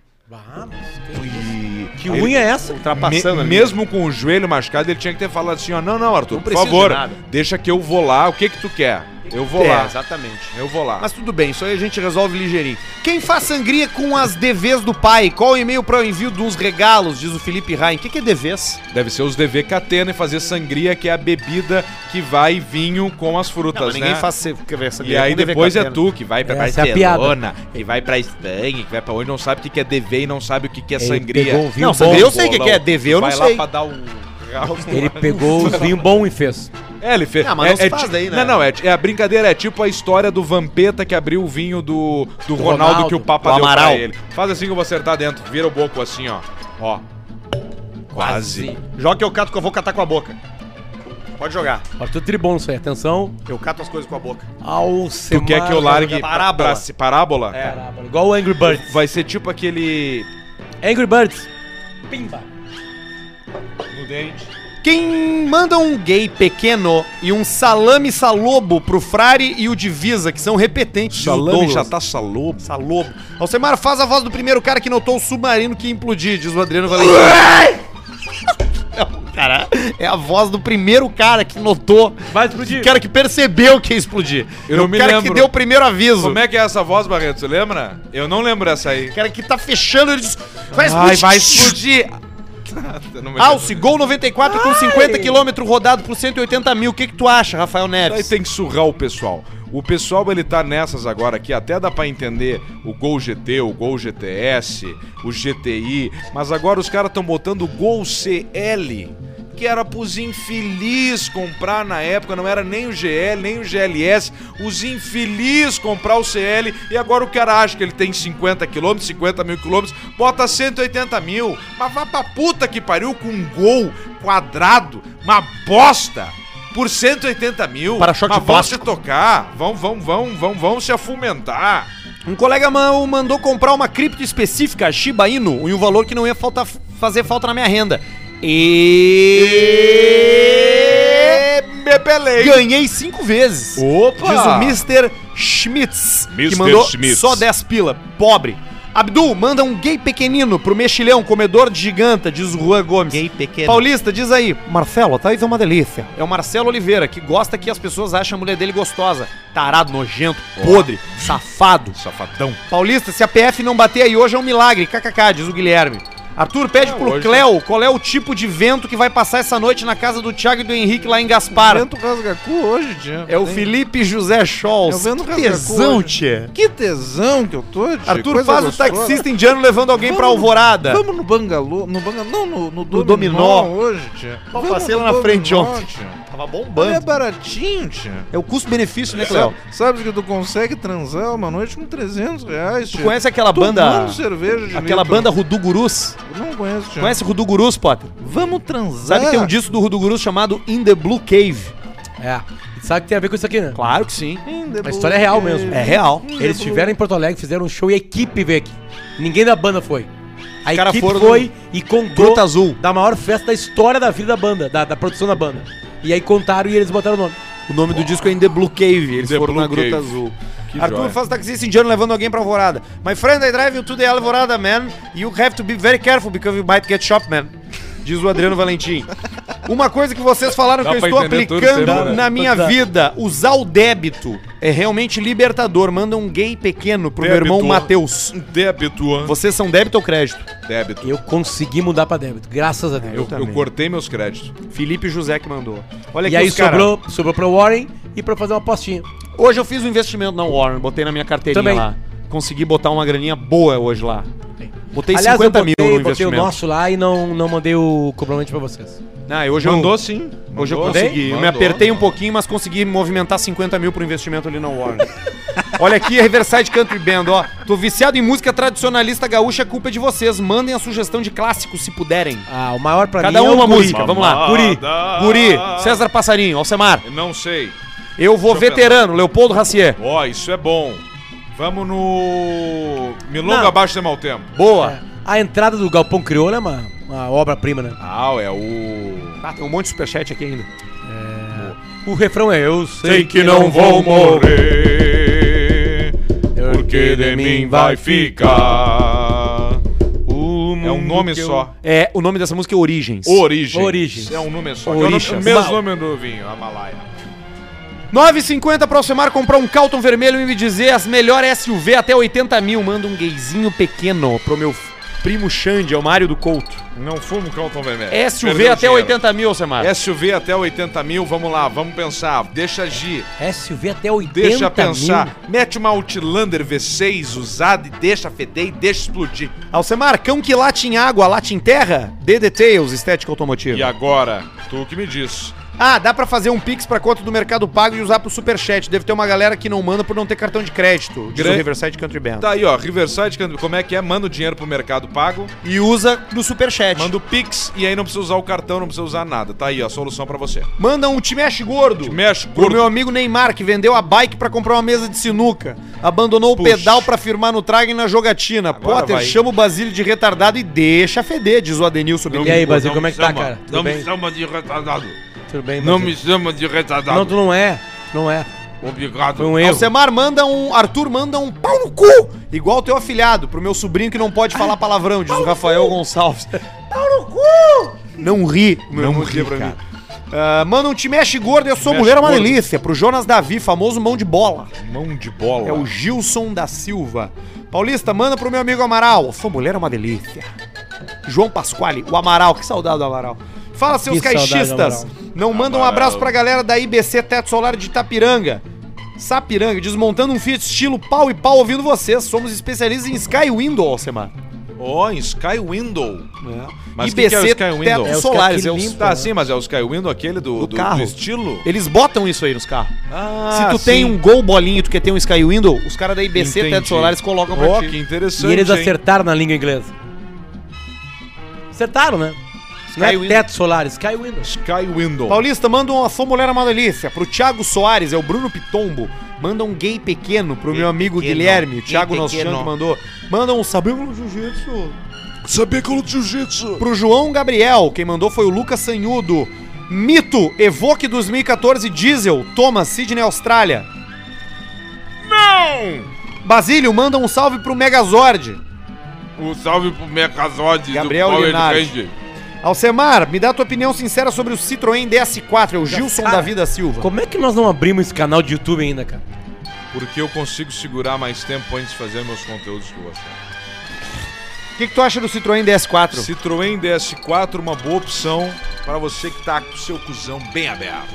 Speaker 3: Que unha é essa?
Speaker 2: tá
Speaker 1: Ultrapassando
Speaker 2: Me-
Speaker 1: ali.
Speaker 2: mesmo com o joelho machucado, ele tinha que ter falado assim, ó, não, não, Arthur,
Speaker 1: Não
Speaker 2: por
Speaker 1: precisa
Speaker 2: favor,
Speaker 1: de nada."
Speaker 2: deixa que eu vou lá, o que que tu quer? Eu vou
Speaker 1: É,
Speaker 2: lá,
Speaker 1: exatamente.
Speaker 2: eu vou lá.
Speaker 1: Mas tudo bem, isso aí a gente resolve ligeirinho. Quem faz sangria com as DVs do pai? Qual o e-mail para o envio de uns regalos? Diz o Felipe Rain. O que, que é DVs?
Speaker 2: Deve ser os DV catena e fazer sangria, que é a bebida que vai vinho com as frutas,
Speaker 1: mas
Speaker 2: né?
Speaker 1: ninguém faz se- que-
Speaker 2: E
Speaker 1: sangria
Speaker 2: aí
Speaker 1: com né? DV
Speaker 2: depois é
Speaker 1: catena.
Speaker 2: tu que vai pra
Speaker 3: Essa é a piada.
Speaker 2: Barcelona, que vai pra Espanha, que vai pra onde não sabe o que que é DV e não sabe o que que é
Speaker 3: Ele
Speaker 2: sangria.
Speaker 3: pegou um vinho
Speaker 1: Não,
Speaker 3: bom.
Speaker 1: sangria eu sei o que que é, DV eu não
Speaker 2: vai
Speaker 1: sei.
Speaker 2: lá pra dar um... (laughs)
Speaker 3: Ele pegou os vinhos bom e fez.
Speaker 2: É, ele fez.
Speaker 1: Ah, mas
Speaker 2: é,
Speaker 1: não se
Speaker 2: é
Speaker 1: faz
Speaker 2: ti-
Speaker 1: daí, né?
Speaker 2: Não, não, é, ti- é a brincadeira, é tipo a história do Vampeta que abriu o vinho do, do Ronaldo,
Speaker 3: Ronaldo,
Speaker 2: que o Papa
Speaker 1: do
Speaker 2: deu
Speaker 1: Amaral.
Speaker 2: pra ele. Faz assim que eu vou acertar dentro. Vira o boco assim, ó. Ó. Quase.
Speaker 1: Joga que eu cato que eu vou catar com a boca. Pode jogar.
Speaker 3: Ó, tudo tribom isso aí. Atenção
Speaker 1: Eu cato as coisas com a boca.
Speaker 3: ao
Speaker 2: Tu
Speaker 3: Semar-
Speaker 2: quer que eu largue
Speaker 1: Parábola.
Speaker 2: pra- pra- parábola?
Speaker 1: É.
Speaker 3: Parábola. Igual o Angry Birds.
Speaker 2: Vai ser tipo aquele.
Speaker 3: Angry Birds. Pimba.
Speaker 2: No dente.
Speaker 1: Quem manda um gay pequeno e um salame salobo pro Frari e o Divisa, que são repetentes. diz o
Speaker 2: Salame
Speaker 1: Douglas.
Speaker 2: já tá salobo.
Speaker 1: Salobo. Alcemar, faz a voz do primeiro cara que notou o submarino que ia implodir, diz o Adriano Valentim. Não, cara, é a voz do primeiro cara que notou.
Speaker 3: Vai explodir.
Speaker 1: O cara que percebeu que ia explodir.
Speaker 2: Eu
Speaker 1: É
Speaker 2: não
Speaker 1: o
Speaker 2: me
Speaker 1: cara
Speaker 2: lembro.
Speaker 1: que deu o primeiro aviso.
Speaker 2: Como é que é essa voz, Barreto? Você lembra? Eu não lembro essa aí.
Speaker 1: O cara que tá fechando, ele diz. Vai
Speaker 2: Ai,
Speaker 1: explodir.
Speaker 2: vai (laughs) explodir. Eu não me lembro.
Speaker 1: Alce, gol 94 com 50 km rodado por 180 mil. O que, que tu acha, Rafael
Speaker 2: Aí
Speaker 1: Neves?
Speaker 2: tem que surrar o pessoal. O pessoal ele tá nessas agora aqui, até dá pra entender o Gol GT, o Gol GTS, o GTI, mas agora os caras estão botando o Gol CL, que era pros infeliz comprar na época, não era nem o GL, nem o GLS, os infeliz comprar o CL e agora o cara acha que ele tem 50 quilômetros, 50 mil quilômetros, bota 180 mil, mas vá pra puta que pariu com um Gol quadrado, uma bosta! Por 180 mil.
Speaker 1: Para-choque
Speaker 2: Mas
Speaker 1: de
Speaker 2: vão
Speaker 1: plástico.
Speaker 2: se tocar. Vão, vão, vão, vão, vão se afumentar.
Speaker 1: Um colega ma- mandou comprar uma cripto específica, a Shiba Inu, em um valor que não ia faltar, fazer falta na minha renda. E...
Speaker 2: Me pelei.
Speaker 1: Ganhei cinco vezes.
Speaker 2: Opa!
Speaker 1: Diz o Mr. Schmitz, que
Speaker 2: Mr.
Speaker 1: mandou
Speaker 2: Schmitz.
Speaker 1: só 10 pila. Pobre. Abdul, manda um gay pequenino pro mexilhão, comedor de giganta, diz o Juan Gomes. Gay pequeno. Paulista, diz aí. Marcelo, tá é uma delícia. É o Marcelo Oliveira, que gosta que as pessoas achem a mulher dele gostosa. Tarado, nojento, podre, safado.
Speaker 2: Safadão.
Speaker 1: Paulista, se a PF não bater aí hoje é um milagre. KKK, diz o Guilherme. Arthur, pede
Speaker 2: Ah,
Speaker 1: pro
Speaker 2: hoje
Speaker 1: Cléo qual é o tipo de vento que vai passar essa noite na casa do Thiago e do Henrique lá em Gaspar.
Speaker 2: rasga cu hoje, Jean.
Speaker 1: É o Felipe José
Speaker 2: É o
Speaker 1: Scholz.
Speaker 2: vento
Speaker 1: Que
Speaker 2: rasga
Speaker 1: tesão,
Speaker 2: cor.
Speaker 1: tchê.
Speaker 2: Que tesão que eu tô, tio.
Speaker 1: Arthur faz o taxista indiano levando alguém pra Alvorada.
Speaker 2: Vamos no bangalô, no bangalô, não, no, no,
Speaker 1: dominó.
Speaker 2: dominó, hoje, tia.
Speaker 1: Ó, passei lá na frente ontem. Tava
Speaker 2: Ele é
Speaker 1: bombando.
Speaker 2: baratinho, tia.
Speaker 1: É o custo-benefício, né, Cléo?
Speaker 2: Sabe, sabe que tu consegue transar uma noite com 300 reais,
Speaker 1: Tu
Speaker 2: tia.
Speaker 1: conhece aquela banda...
Speaker 2: Tomando cerveja de né? É.
Speaker 1: Aquela
Speaker 2: litro.
Speaker 1: banda Rudugurus?
Speaker 2: Eu Não conheço, É. tia.
Speaker 1: Conhece Rudugurus, Potter?
Speaker 2: Vamos transar.
Speaker 1: Sabe que tem um disco do Rudugurus chamado In The Blue Cave?
Speaker 3: É. E sabe o que tem a ver com isso aqui, né?
Speaker 1: Claro que sim.
Speaker 3: A história é real mesmo.
Speaker 1: É real.
Speaker 3: Eles estiveram em Porto Alegre, fizeram um show e a equipe veio aqui. Ninguém da banda foi. A
Speaker 1: caras
Speaker 3: equipe
Speaker 1: foram
Speaker 3: foi e contou
Speaker 1: Gruta Azul.
Speaker 3: da maior festa da história da vida da banda, da, da produção da banda. E aí contaram e eles botaram o nome.
Speaker 1: O nome do disco é In The Blue Cave. Eles
Speaker 2: The
Speaker 1: foram
Speaker 2: Blue
Speaker 1: na Gruta
Speaker 2: Cave.
Speaker 1: Azul.
Speaker 2: Que
Speaker 1: Arthur
Speaker 2: joia.
Speaker 1: faz taxista indiano levando alguém pra Alvorada. My friend, I drive you to the Alvorada, man. You have to be very careful because you might get shot, man. Diz o Adriano Valentim. Uma coisa que vocês falaram
Speaker 2: Dá
Speaker 1: que eu
Speaker 2: pra
Speaker 1: estou
Speaker 2: entender tudo
Speaker 1: aplicando
Speaker 2: sempre, né?
Speaker 1: na minha
Speaker 3: Dá.
Speaker 1: vida, usar o débito, é realmente libertador. Manda um gay pequeno pro meu irmão
Speaker 2: Débito.
Speaker 1: Matheus.
Speaker 2: Um Débito.
Speaker 1: Vocês são débito ou crédito?
Speaker 2: Débito.
Speaker 3: Eu consegui mudar pra débito, graças a Deus.
Speaker 2: Eu,
Speaker 1: também.
Speaker 2: eu cortei meus créditos.
Speaker 1: Felipe José que mandou. Olha
Speaker 3: E aí
Speaker 1: os cara-
Speaker 3: sobrou, sobrou pra Warren e pra fazer uma apostinha.
Speaker 1: Hoje eu fiz um investimento na Warren, botei na minha carteirinha
Speaker 3: Também.
Speaker 1: lá. consegui botar uma graninha boa hoje lá. Botei
Speaker 3: Aliás,
Speaker 1: 50
Speaker 3: eu botei,
Speaker 1: mil no
Speaker 3: botei o
Speaker 1: investimento.
Speaker 3: nosso lá e não, não mandei o complemento pra vocês.
Speaker 1: Ah, e hoje
Speaker 2: Mandou
Speaker 1: eu,
Speaker 2: sim.
Speaker 1: hoje eu
Speaker 2: mandou.
Speaker 1: consegui. Eu me
Speaker 2: Mandou.
Speaker 1: apertei um pouquinho, mas consegui movimentar 50 mil pro investimento ali na Warner. (laughs) Olha aqui, Riverside Country Band, ó. Tô viciado em música tradicionalista gaúcha, a culpa é de vocês. Mandem a sugestão de clássicos se puderem.
Speaker 3: Ah, o maior pra
Speaker 1: Cada um
Speaker 3: mim
Speaker 1: uma
Speaker 3: é o Guri.
Speaker 1: música, vamos lá. Guri,
Speaker 2: Mamada.
Speaker 1: Guri, César Passarinho, Alcemar.
Speaker 2: Não sei.
Speaker 1: Eu vou
Speaker 2: Deixa eu
Speaker 1: veterano, Leopoldo Racier.
Speaker 2: Ó, isso é bom. Vamos no. Milonga
Speaker 3: Não.
Speaker 2: abaixo de mau tempo.
Speaker 1: Boa.
Speaker 2: É.
Speaker 3: A entrada do Galpão Crioulo é uma, uma obra-prima, né?
Speaker 2: Ah, é o.
Speaker 1: Ah, tem um monte de superchat aqui ainda.
Speaker 3: O refrão é Eu sei,
Speaker 2: Sei que não vou morrer, porque de mim vai ficar. É um nome só.
Speaker 1: É, o nome dessa música é Origens.
Speaker 2: Origem.
Speaker 3: Origens.
Speaker 2: É um nome só.
Speaker 3: Orixas.
Speaker 2: É o nome- é o mesmo
Speaker 3: Mal.
Speaker 2: nome do vinho, Amalaia.
Speaker 1: 9,50 pra Alcemar comprar um Calton vermelho e me dizer as melhores SUV até 80 mil. Manda um gayzinho pequeno pro meu f- primo Xande, é o Mário do Couto.
Speaker 2: Não fumo Calton Vermelho.
Speaker 1: SUV
Speaker 2: Perdeu
Speaker 1: até
Speaker 2: dinheiro. É
Speaker 1: 80 mil, Alcemar.
Speaker 2: SUV até 80 mil, vamos lá, vamos pensar. Deixa agir,
Speaker 3: SUV É, até 80
Speaker 2: deixa pensar.
Speaker 3: mil.
Speaker 2: Mete uma Outlander V6 usada e deixa feder e deixa explodir.
Speaker 1: Alcemar, cão que late em água, late em terra? The Details, estética automotiva.
Speaker 2: E agora, tu que me diz.
Speaker 1: Ah, dá pra fazer um Pix pra conta do Mercado Pago e usar pro Superchat. Deve ter uma galera que não manda por não ter cartão de crédito. Diz
Speaker 2: Gran-
Speaker 1: o Riverside Country Band.
Speaker 2: Tá aí, ó, Riverside, como é que é? Manda o dinheiro pro Mercado Pago.
Speaker 1: E usa no Superchat.
Speaker 2: Manda o Pix e aí não precisa usar o cartão, não precisa usar nada. Tá aí, ó, a solução pra você.
Speaker 1: Manda um te mexe gordo.
Speaker 2: Mexe,
Speaker 1: Pro
Speaker 2: gordo.
Speaker 1: meu amigo Neymar, que vendeu a bike pra comprar uma mesa de sinuca. Abandonou
Speaker 2: Puxa.
Speaker 1: o pedal pra firmar no trago e na jogatina.
Speaker 2: Agora
Speaker 1: Potter,
Speaker 2: vai.
Speaker 1: chama o Basílio de retardado e deixa feder, diz o Adenilson.
Speaker 3: E aí,
Speaker 1: Bittencourt.
Speaker 3: Basílio, como é que tá, cara? Tudo
Speaker 7: Não me
Speaker 3: bem?
Speaker 7: chama de retardado.
Speaker 3: Tudo bem,
Speaker 7: Não me
Speaker 3: Basílio?
Speaker 7: chama de
Speaker 3: Não,
Speaker 7: retardado.
Speaker 3: tu não é. Não é.
Speaker 7: Obrigado.
Speaker 3: Foi um erro.
Speaker 1: Alcemar manda um. Arthur manda um pau no cu! Igual teu afilhado, pro meu sobrinho que não pode falar palavrão, diz o Rafael
Speaker 2: (laughs)
Speaker 1: Gonçalves. Pau no cu! Não ri, meu
Speaker 2: Não
Speaker 1: irmão
Speaker 2: ri,
Speaker 1: ri,
Speaker 2: pra
Speaker 1: pra
Speaker 2: mim.
Speaker 1: manda um te mexe gordo, eu sou
Speaker 2: Mexe
Speaker 1: mulher é uma
Speaker 2: gordo.
Speaker 1: delícia. Pro Jonas Davi, famoso mão de bola.
Speaker 2: Mão de bola.
Speaker 1: É o Gilson da Silva. Paulista, manda pro meu amigo Amaral. Sua mulher é uma delícia. João Pasquale, o Amaral, que saudade do Amaral. Fala, seus
Speaker 3: Que saudade do
Speaker 1: caixistas.
Speaker 3: Amaral.
Speaker 1: Não manda um
Speaker 2: Amaral.
Speaker 1: abraço pra galera da IBC Teto Solar de Itapiranga. Sapiranga, desmontando um Fiat estilo pau e pau ouvindo vocês. Somos especialistas em Sky Window, Alcemar.
Speaker 2: Ó, em Sky Window. Mas que
Speaker 1: IBC
Speaker 2: que é o Sky Window?
Speaker 1: Teto
Speaker 2: É
Speaker 3: os
Speaker 1: Solares.
Speaker 3: que
Speaker 1: É os-
Speaker 3: limpa,
Speaker 2: Tá,
Speaker 3: né?
Speaker 2: sim, mas é o Sky Window aquele do, do, do
Speaker 1: carro.
Speaker 2: estilo?
Speaker 1: Eles botam isso aí nos carros.
Speaker 2: Ah,
Speaker 1: Se tu tem um Gol bolinho e tu quer ter um Sky Window, os caras da IBC
Speaker 2: Entendi.
Speaker 1: Teto Solares colocam pra
Speaker 2: Ó,
Speaker 1: ti.
Speaker 2: que interessante.
Speaker 3: E eles
Speaker 2: hein?
Speaker 3: acertaram na língua inglesa. Acertaram, né? não é
Speaker 1: Window.
Speaker 3: teto solar, Sky Windows.
Speaker 2: Sky Window.
Speaker 1: Paulista, manda uma sua mulher é uma delícia. Pro Thiago Soares, é o Bruno Pitombo. Manda um gay pequeno pro meu amigo Guilherme. O Thiago Nostiano que mandou. Manda um sabemos jiu-jitsu.
Speaker 2: Sabia que eu jiu-jitsu.
Speaker 1: Pro João Gabriel, quem mandou foi o Lucas Sanhudo. Mito, Evoque 2014 Diesel, Thomas, Sydney, Austrália. Não! Basílio, manda um salve pro Megazord.
Speaker 7: Um salve pro Mecazode
Speaker 1: Gabriel
Speaker 7: do Power
Speaker 1: Linhares.
Speaker 7: Ranger.
Speaker 1: Alcemar, me dá tua opinião sincera sobre o Citroën DS4, é o Gilson
Speaker 3: cara,
Speaker 1: da Vida Silva.
Speaker 3: Como é que nós não abrimos esse canal de YouTube ainda, cara?
Speaker 2: Porque eu consigo segurar mais tempo antes de fazer meus conteúdos que eu gosto.
Speaker 1: O que, que tu acha do Citroën DS4?
Speaker 2: Citroën DS4, uma boa opção para você que tá com o seu cuzão bem aberto.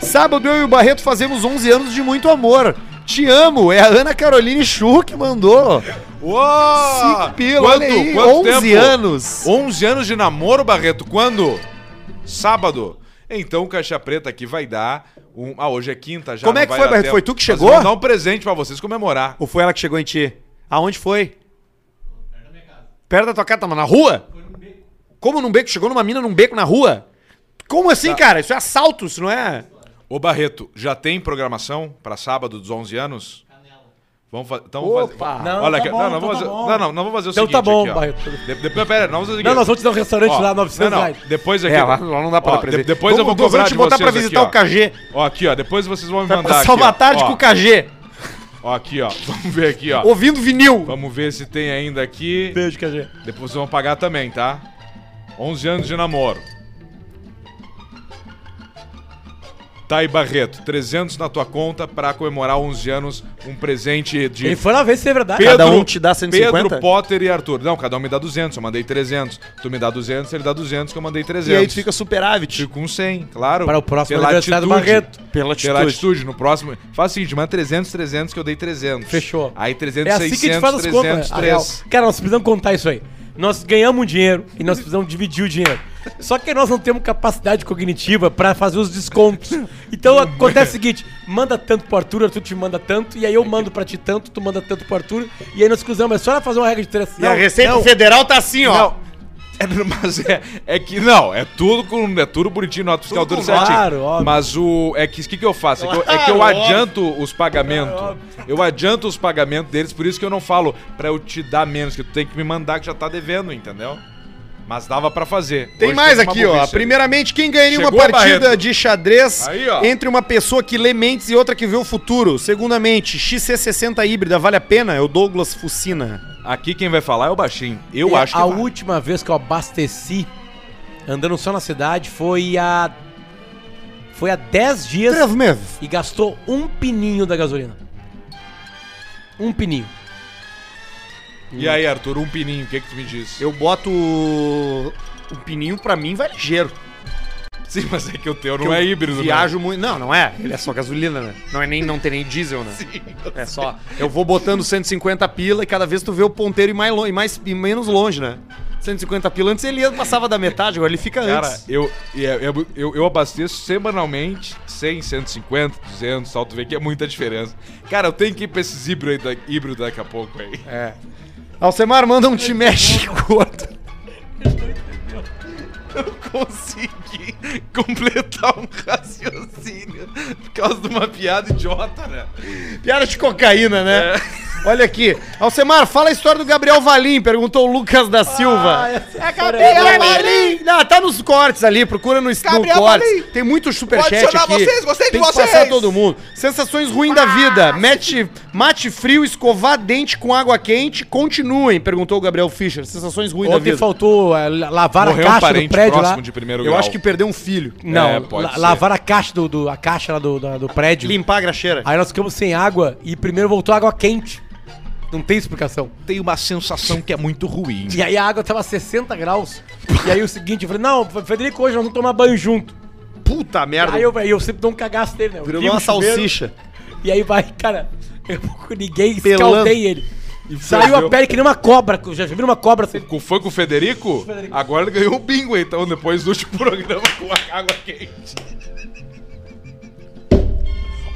Speaker 1: Sábado eu e o Barreto fazemos 11 anos de muito amor. Te amo, é a Ana Caroline Chu que mandou.
Speaker 2: Uou!
Speaker 1: Cinco pila,
Speaker 2: quanto,
Speaker 1: olha aí,
Speaker 2: quanto
Speaker 1: 11
Speaker 2: tempo?
Speaker 1: anos.
Speaker 2: 11 anos de namoro, Barreto. Quando? Sábado. Então o Caixa Preta aqui vai dar um... Ah, hoje é quinta já.
Speaker 1: Como
Speaker 2: não
Speaker 1: é que
Speaker 2: vai
Speaker 1: foi,
Speaker 2: dar
Speaker 1: Barreto?
Speaker 2: tempo.
Speaker 1: Foi tu que
Speaker 2: Mas
Speaker 1: chegou?
Speaker 2: eu Vou dar um presente pra vocês comemorar.
Speaker 1: Ou foi ela que chegou em ti? Aonde foi? Perto da tua casa, mas na rua? Como num beco? Chegou numa mina num beco na rua? Como assim, cara? Isso é assalto, isso não é?
Speaker 2: Ô Barreto, já tem programação pra sábado dos 11 anos? Vamos fazer. Então vamos fazer.
Speaker 1: Opa!
Speaker 3: Não,
Speaker 2: Olha
Speaker 3: tá
Speaker 2: aqui.
Speaker 3: bom,
Speaker 2: não, não,
Speaker 3: então
Speaker 2: vamos
Speaker 3: tá
Speaker 2: fazer.
Speaker 3: bom.
Speaker 2: Não, não, não vamos fazer o
Speaker 3: Então
Speaker 2: seguinte.
Speaker 3: tá bom,
Speaker 2: aqui, ó.
Speaker 3: Barreto.
Speaker 2: De, de, pera, pera, não vamos fazer o seguinte.
Speaker 3: Não, nós vamos te dar um restaurante
Speaker 2: Ó,
Speaker 3: lá, 900
Speaker 2: não, não,
Speaker 3: reais.
Speaker 2: Depois aqui.
Speaker 1: É, lá- lá não dá pra
Speaker 2: ó,
Speaker 1: dar presente.
Speaker 2: de- depois eu vou
Speaker 1: Vamos- nós vamos
Speaker 2: cobrar
Speaker 1: te
Speaker 2: de
Speaker 1: botar pra
Speaker 2: vocês
Speaker 1: visitar
Speaker 2: aqui,
Speaker 1: o KG.
Speaker 2: Ó. ó, aqui, ó. Depois vocês vão me
Speaker 1: Vai
Speaker 2: mandar.
Speaker 1: passar
Speaker 2: aqui,
Speaker 1: uma
Speaker 2: ó.
Speaker 1: tarde
Speaker 2: Ó,
Speaker 1: com o KG,
Speaker 2: Ó, aqui, ó. (laughs) Vamos ver aqui, ó.
Speaker 1: ouvindo vinil.
Speaker 2: Vamos ver se tem ainda aqui.
Speaker 3: Beijo, KG.
Speaker 2: Depois vocês vão pagar também, tá? 11 anos de namoro. Thay Barreto, 300 na tua conta pra comemorar 11 anos, um presente de...
Speaker 3: Ele foi lá ver se é verdade.
Speaker 2: Pedro-
Speaker 6: Cada um te dá 150?
Speaker 2: Pedro, Potter e Arthur. Não, cada um me dá 200, eu mandei 300. Tu me dá 200, ele dá 200, que eu mandei 300.
Speaker 6: E aí tu fica superávit.
Speaker 2: Fico com 100, claro.
Speaker 3: Para o próximo
Speaker 2: Pela
Speaker 3: aniversário do
Speaker 2: atitude.
Speaker 3: Barreto.
Speaker 6: Pela
Speaker 2: Pela
Speaker 6: atitude.
Speaker 2: atitude, no próximo. Faz o seguinte, manda 300, 300, que eu dei 300.
Speaker 3: Fechou.
Speaker 2: Aí 300,
Speaker 3: É assim
Speaker 2: 600,
Speaker 3: que a gente faz as
Speaker 2: 300,
Speaker 3: contas. né? A
Speaker 2: 3.
Speaker 3: real. Cara, nós precisamos contar isso aí. Nós ganhamos dinheiro e nós precisamos dividir o dinheiro. Só que nós não temos capacidade cognitiva pra fazer os descontos. Então acontece o seguinte: manda tanto pro Arthur, Arthur te manda tanto, e aí eu mando pra ti tanto, tu manda tanto pro Arthur, e aí nós cruzamos. É só ela fazer uma regra de três.
Speaker 6: E a Receita Federal tá assim, ó.
Speaker 2: Não. É, (laughs) mas é, é que não, é tudo com é tudo bonitinho, nota fiscal tudo,
Speaker 3: com
Speaker 2: certinho.
Speaker 3: varo, óbvio.
Speaker 2: Mas o é que o que, que eu faço? É que eu, é que eu adianto os pagamentos. Eu adianto os pagamentos deles, por isso que eu não falo pra eu te dar menos, que tu tem que me mandar que já tá devendo, entendeu? Mas dava pra fazer.
Speaker 1: Tem
Speaker 2: Hoje
Speaker 1: mais
Speaker 2: foi uma
Speaker 1: aqui, ó.
Speaker 2: burrice.
Speaker 1: Primeiramente, quem ganharia
Speaker 2: Chegou,
Speaker 1: uma partida
Speaker 2: Barreto.
Speaker 1: de xadrez
Speaker 2: Aí, ó.
Speaker 1: entre uma pessoa que lê mentes e outra que vê o futuro? Segundamente, XC60 híbrida vale a pena? É o Douglas Fucina.
Speaker 2: Aqui quem vai falar é o baixinho. Eu
Speaker 3: É,
Speaker 2: acho que
Speaker 3: A
Speaker 2: vai.
Speaker 3: última vez que eu abasteci andando só na cidade foi a. Foi há 10 dias
Speaker 1: meses.
Speaker 3: e gastou um pininho da gasolina. Um pininho.
Speaker 2: E aí, Arthur, um pininho, o que que tu me diz?
Speaker 1: Eu boto o o pininho pra mim vai ligeiro.
Speaker 2: Sim, mas é que o teu
Speaker 1: Porque
Speaker 2: não é
Speaker 1: eu
Speaker 2: híbrido, né?
Speaker 1: Viajo muito. Não, não é. Ele é só gasolina, né? Não é nem não tem nem diesel, né? é só. Eu vou botando 150 pila e cada vez tu vê o ponteiro e mais longe, e mais e menos longe, né? 150 pila antes ele ia- passava da metade, agora ele fica
Speaker 2: Cara,
Speaker 1: antes.
Speaker 2: eu, e é- é mu- eu, eu abasteço semanalmente 100, 150, 200, só tu vê que é muita diferença. Cara, eu tenho que ir pra esses híbridos da, híbrido daqui a pouco aí.
Speaker 1: É. Alcemar, manda um te mexe (laughs) gordo.
Speaker 2: Consegui completar um raciocínio por causa de uma piada idiota, né? É.
Speaker 1: Piada de cocaína, né? Olha aqui. Alcemar, fala a história do Gabriel Valim, perguntou o Lucas da Silva.
Speaker 3: É Gabriel
Speaker 1: Valim! Não, tá nos cortes ali, procura no, no cortes. Tem muito superchat
Speaker 2: Pode
Speaker 1: aqui.
Speaker 2: chorar vocês, gostei de
Speaker 1: Tem que
Speaker 2: vocês. Ah,
Speaker 1: passar todo mundo. Sensações ruins da vida. Mete, mate frio, escovar dente com água quente. Continuem, perguntou o Gabriel Fischer. Sensações ruins da
Speaker 3: Ontem
Speaker 1: vida.
Speaker 3: faltou eh, la- lavar
Speaker 2: Morreu
Speaker 3: a
Speaker 2: um
Speaker 3: caixa do
Speaker 2: parente
Speaker 3: prédio
Speaker 2: próximo
Speaker 3: lá.
Speaker 2: de primeiro
Speaker 1: Eu
Speaker 2: grau.
Speaker 1: acho que perdeu um filho.
Speaker 3: Não,
Speaker 2: É, pode
Speaker 3: la-
Speaker 2: ser.
Speaker 3: lavar a caixa do, do- a caixa lá do, da- do prédio.
Speaker 1: Limpar a graxeira.
Speaker 3: Aí nós ficamos sem água e primeiro voltou água quente. Não tem explicação.
Speaker 2: tem uma sensação que é muito ruim.
Speaker 3: E aí a água tava a 60 graus. E aí o seguinte, eu falei, não, Frederico, hoje nós vamos tomar banho junto.
Speaker 1: Puta merda.
Speaker 3: Aí eu, aí eu sempre dou um cagaço dele, né? Eu
Speaker 1: Virou
Speaker 3: ligo
Speaker 1: uma
Speaker 3: o chuveiro,
Speaker 1: salsicha.
Speaker 3: E aí vai, cara, eu ninguém
Speaker 1: Pelando.
Speaker 3: escaldei ele. Saiu a
Speaker 2: ferveu.
Speaker 3: pele que nem uma cobra. Já viram uma cobra assim?
Speaker 2: Com- Foi com o Federico?
Speaker 3: Federico.
Speaker 2: Agora ele ganhou o bingo, então, depois do último (laughs) programa com a água quente.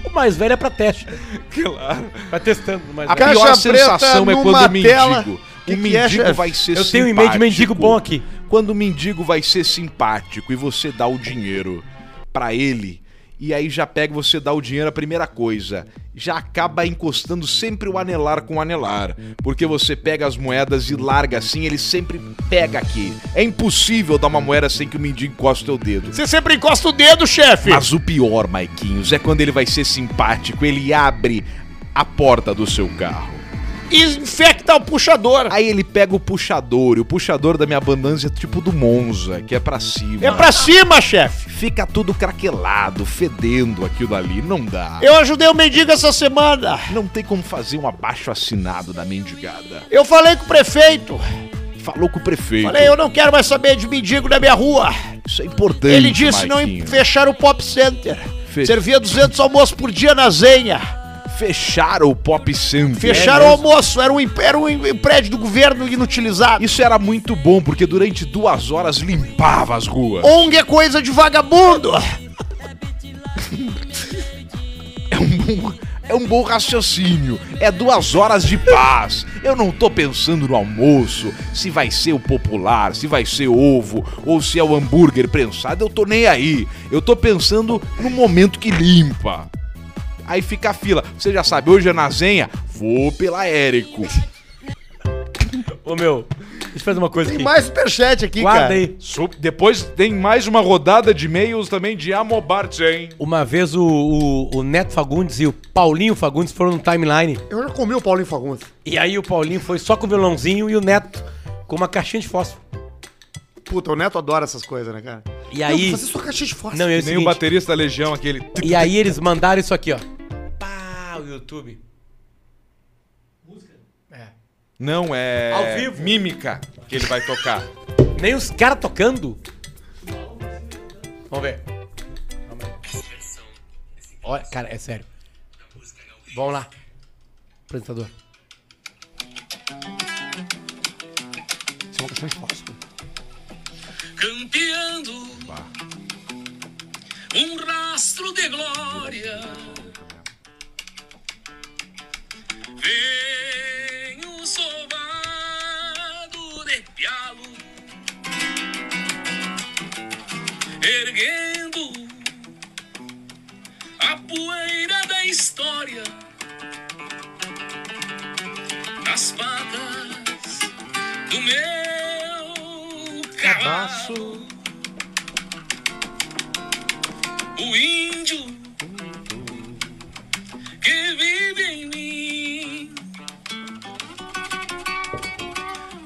Speaker 3: O mais velho é pra teste.
Speaker 2: Claro.
Speaker 3: Vai testando. o Mais
Speaker 2: A
Speaker 3: velho.
Speaker 1: Caixa
Speaker 2: pior
Speaker 1: preta
Speaker 2: sensação é
Speaker 1: numa
Speaker 2: quando o
Speaker 1: tela.
Speaker 2: mendigo.
Speaker 1: Que
Speaker 2: o
Speaker 1: que é,
Speaker 2: mendigo
Speaker 1: chefe?
Speaker 2: vai ser
Speaker 3: Eu tenho um e-mail de
Speaker 2: simpático.
Speaker 3: mendigo bom aqui.
Speaker 2: Quando o mendigo vai ser simpático e você dá o dinheiro pra ele, e aí já pega e você dá o dinheiro a primeira coisa, já acaba encostando sempre o anelar com o anelar, porque você pega as moedas e larga assim, ele sempre pega aqui. É impossível dar uma moeda sem que o mendigo encoste o teu dedo.
Speaker 6: Você sempre encosta o dedo, chefe.
Speaker 2: Mas o pior, Maiquinhos, é quando ele vai ser simpático, ele abre a porta do seu carro.
Speaker 6: E infecta o puxador.
Speaker 2: Aí ele pega o puxador, e o puxador da minha abundância é tipo do Monza, que é pra cima.
Speaker 6: É pra cima, chefe.
Speaker 2: Fica tudo craquelado, fedendo aquilo ali, não dá.
Speaker 6: Eu ajudei o mendigo essa semana.
Speaker 2: Não tem como fazer um abaixo assinado da mendigada.
Speaker 6: Eu falei com o prefeito.
Speaker 2: Falou com o prefeito.
Speaker 6: Falei, eu não quero mais saber de mendigo na minha rua.
Speaker 2: Isso é importante.
Speaker 6: Ele disse não em-
Speaker 2: Maiquinho.
Speaker 6: fechar o pop center.
Speaker 2: Fe-
Speaker 6: Servia 200 almoços por dia na zenha.
Speaker 2: fecharam o pop center. É,
Speaker 6: Fecharam o almoço. Era um, em- era um em- prédio do governo inutilizado.
Speaker 2: Isso era muito bom, porque durante duas horas limpava as ruas.
Speaker 6: ONG é coisa de vagabundo.
Speaker 2: É um bom, é um bom raciocínio. É duas horas de paz. Eu não tô pensando no almoço, se vai ser o popular, se vai ser ovo ou se é o hambúrguer prensado. Eu tô nem aí. Eu tô pensando no momento que limpa. Aí fica a fila. Você já sabe, hoje é na zenha, vou pela Érico.
Speaker 3: Ô, meu, deixa eu fazer uma coisa aqui.
Speaker 1: Mais superchat aqui,
Speaker 3: Guarda
Speaker 1: cara.
Speaker 3: aí.
Speaker 2: Sup- Depois tem mais uma rodada de e-mails também de Amobart, hein?
Speaker 3: Uma vez o, o, o Neto Fagundes e o Paulinho Fagundes foram no timeline.
Speaker 1: Eu já comi o Paulinho Fagundes.
Speaker 3: E aí o Paulinho foi só com o violãozinho e o Neto com uma caixinha de fósforo.
Speaker 1: Puta, o Neto adora essas coisas, né, cara?
Speaker 3: E aí.
Speaker 1: fazer sua caixa de fósforo.
Speaker 3: Não, e aí é o
Speaker 2: Que nem o
Speaker 3: seguinte,
Speaker 2: baterista da Legião, aquele.
Speaker 3: E aí eles mandaram isso aqui, ó. Pá, o YouTube.
Speaker 2: Não, é.
Speaker 3: Ao vivo.
Speaker 2: Mímica que ele vai tocar.
Speaker 3: Nem os caras tocando. Vamos ver. Olha, cara, é sério. Vamos lá. Apresentador.
Speaker 1: Isso é uma caixa de fósforo.
Speaker 8: campeando um rastro de glória. Venho sovado de pialo, erguendo a poeira da história nas patas do meu cavaço. O índio que vive em mim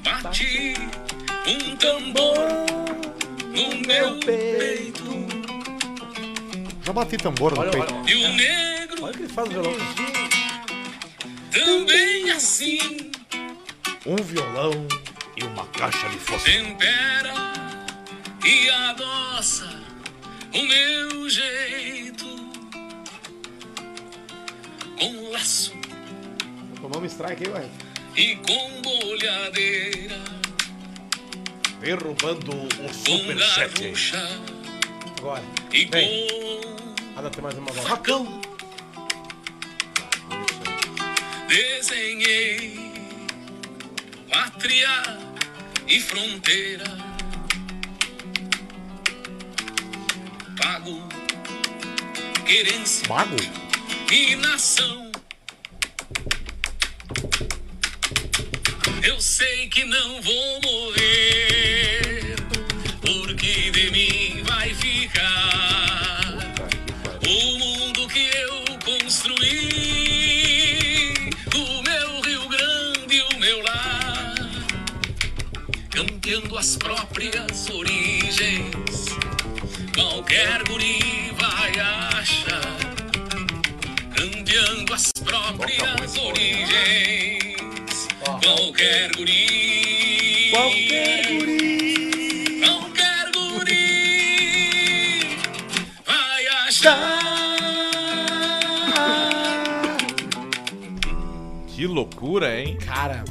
Speaker 8: bate um tambor no meu peito
Speaker 1: Já bati tambor no peito.
Speaker 8: e o negro
Speaker 3: Olha o que ele faz no violão.
Speaker 8: também assim
Speaker 1: Um violão e uma caixa de fósforo.
Speaker 8: tempera e adoça o meu jeito com um laço
Speaker 1: Tomamos strike aí, ué.
Speaker 8: e com bolhadeira
Speaker 1: Derrubando o
Speaker 8: com garrucha
Speaker 3: Agora.
Speaker 8: e
Speaker 3: Vem.
Speaker 8: com
Speaker 3: Ah, não, tem mais uma volta.
Speaker 8: facão desenhei pátria e fronteira pago querência
Speaker 1: Mago?
Speaker 8: e nação. Eu sei que não vou morrer, porque de mim vai ficar o mundo que eu construí. O meu Rio Grande, o meu lar, campeando as próprias origens. Qualquer guri vai achar cambiando as próprias origens. Qualquer guri. Qualquer guri. Qualquer guri. Vai achar.
Speaker 2: Que loucura, hein?
Speaker 3: Cara,